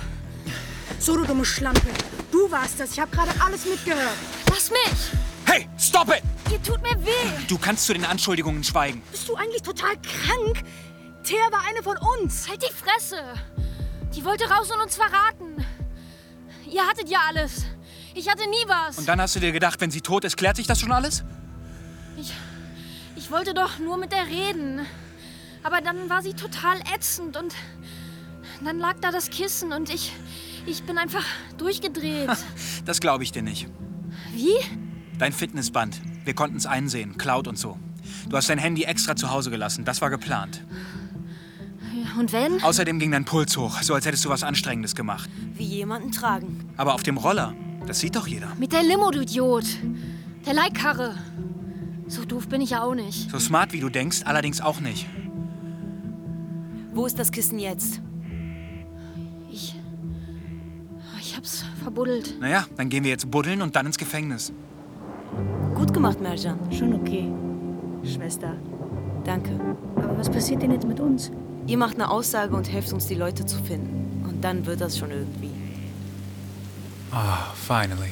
Speaker 32: So, du dumme Schlampe. Du warst das. Ich habe gerade alles mitgehört.
Speaker 10: Lass mich!
Speaker 9: Hey, stop it!
Speaker 10: Ihr tut mir weh!
Speaker 9: Du kannst zu den Anschuldigungen schweigen.
Speaker 32: Bist du eigentlich total krank? Thea war eine von uns.
Speaker 10: Halt die Fresse! Die wollte raus und uns verraten. Ihr hattet ja alles. Ich hatte nie was.
Speaker 9: Und dann hast du dir gedacht, wenn sie tot ist, klärt sich das schon alles?
Speaker 10: Ich, ich wollte doch nur mit der reden. Aber dann war sie total ätzend und dann lag da das Kissen und ich, ich bin einfach durchgedreht.
Speaker 9: Das glaube ich dir nicht.
Speaker 10: Wie?
Speaker 9: Dein Fitnessband. Wir konnten es einsehen. Cloud und so. Du hast dein Handy extra zu Hause gelassen. Das war geplant.
Speaker 10: Ja, Und wenn?
Speaker 9: Außerdem ging dein Puls hoch, so als hättest du was Anstrengendes gemacht.
Speaker 6: wie jemanden tragen.
Speaker 9: Aber auf dem Roller, das sieht doch jeder.
Speaker 10: Mit der Limo, du Idiot. Der Leihkarre. So doof bin ich ja auch nicht.
Speaker 9: So smart wie du denkst, allerdings auch nicht.
Speaker 6: Wo ist das Kissen jetzt?
Speaker 10: Ich. Oh, Ich hab's verbuddelt.
Speaker 9: Naja, dann gehen wir jetzt buddeln und dann ins Gefängnis.
Speaker 6: Gut gemacht, Merjan.
Speaker 32: Schon okay, Schwester.
Speaker 6: Danke.
Speaker 32: Aber was passiert denn jetzt mit uns?
Speaker 6: Ihr macht eine Aussage und helft uns, die Leute zu finden. Und dann wird das schon irgendwie.
Speaker 17: Ah, finally.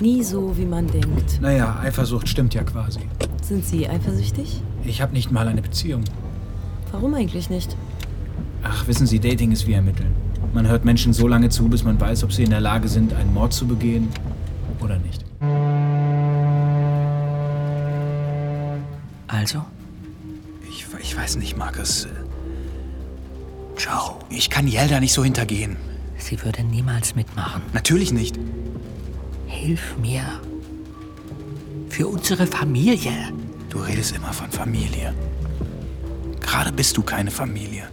Speaker 6: Nie so, wie man denkt.
Speaker 17: Naja, Eifersucht stimmt ja quasi.
Speaker 6: Sind Sie eifersüchtig?
Speaker 17: Ich habe nicht mal eine Beziehung.
Speaker 6: Warum eigentlich nicht?
Speaker 17: Ach, wissen Sie, Dating ist wie Ermitteln. Man hört Menschen so lange zu, bis man weiß, ob sie in der Lage sind, einen Mord zu begehen oder nicht.
Speaker 15: Also?
Speaker 9: Ich, ich weiß nicht, Markus. Ciao. Ich kann Yelda nicht so hintergehen.
Speaker 15: Sie würde niemals mitmachen.
Speaker 9: Natürlich nicht.
Speaker 15: Hilf mir. Für unsere Familie.
Speaker 9: Du redest immer von Familie. Gerade bist du keine Familie.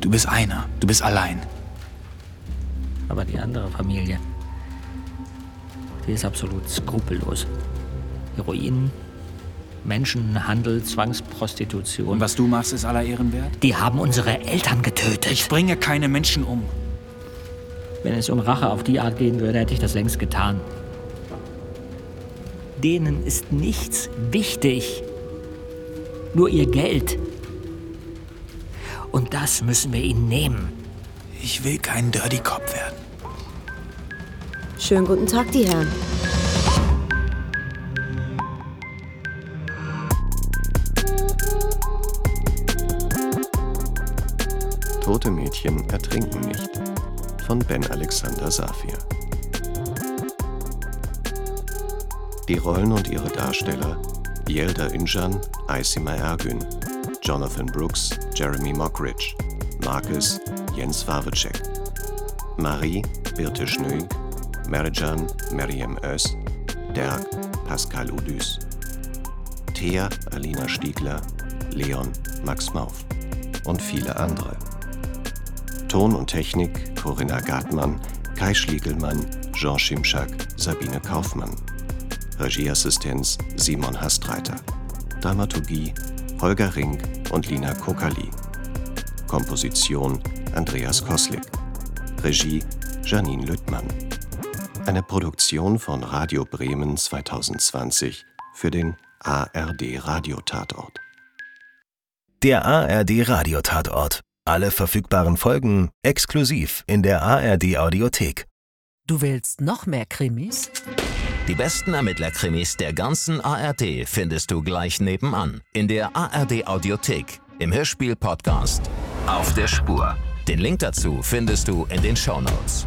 Speaker 9: Du bist einer. Du bist allein.
Speaker 15: Aber die andere Familie, die ist absolut skrupellos. Heroin, Menschenhandel, Zwangsprostitution. Und
Speaker 9: was du machst, ist aller Ehren wert?
Speaker 15: Die haben unsere Eltern getötet.
Speaker 9: Ich bringe keine Menschen um.
Speaker 15: Wenn es um Rache auf die Art gehen würde, hätte ich das längst getan. Denen ist nichts wichtig. Nur ihr Geld. Und das müssen wir ihnen nehmen.
Speaker 9: Ich will kein Dirty Cop werden.
Speaker 6: Schönen guten Tag, die Herren.
Speaker 5: Tote Mädchen ertrinken nicht. Von Ben Alexander Safir. Die Rollen und ihre Darsteller: Yelda Injan, Aysima Ergün, Jonathan Brooks, Jeremy Mockridge, Marcus, Jens Waweczek, Marie, Birte Schnöig, Merjan, Meriem Öz, Dirk, Pascal Udüs, Thea, Alina Stiegler, Leon, Max Mauf und viele andere. Ton und Technik Corinna Gartmann, Kai Schliegelmann, Jean Schimschak, Sabine Kaufmann. Regieassistenz Simon Hastreiter. Dramaturgie Holger Rink und Lina Kokali. Komposition Andreas Koslik. Regie Janine Lüttmann. Eine Produktion von Radio Bremen 2020 für den ARD Radiotatort.
Speaker 33: Der ARD Radiotatort. Alle verfügbaren Folgen exklusiv in der ARD Audiothek.
Speaker 34: Du willst noch mehr Krimis?
Speaker 24: Die besten Ermittlerkrimis der ganzen ARD findest du gleich nebenan in der ARD Audiothek im Hörspiel Podcast Auf der Spur. Den Link dazu findest du in den Shownotes.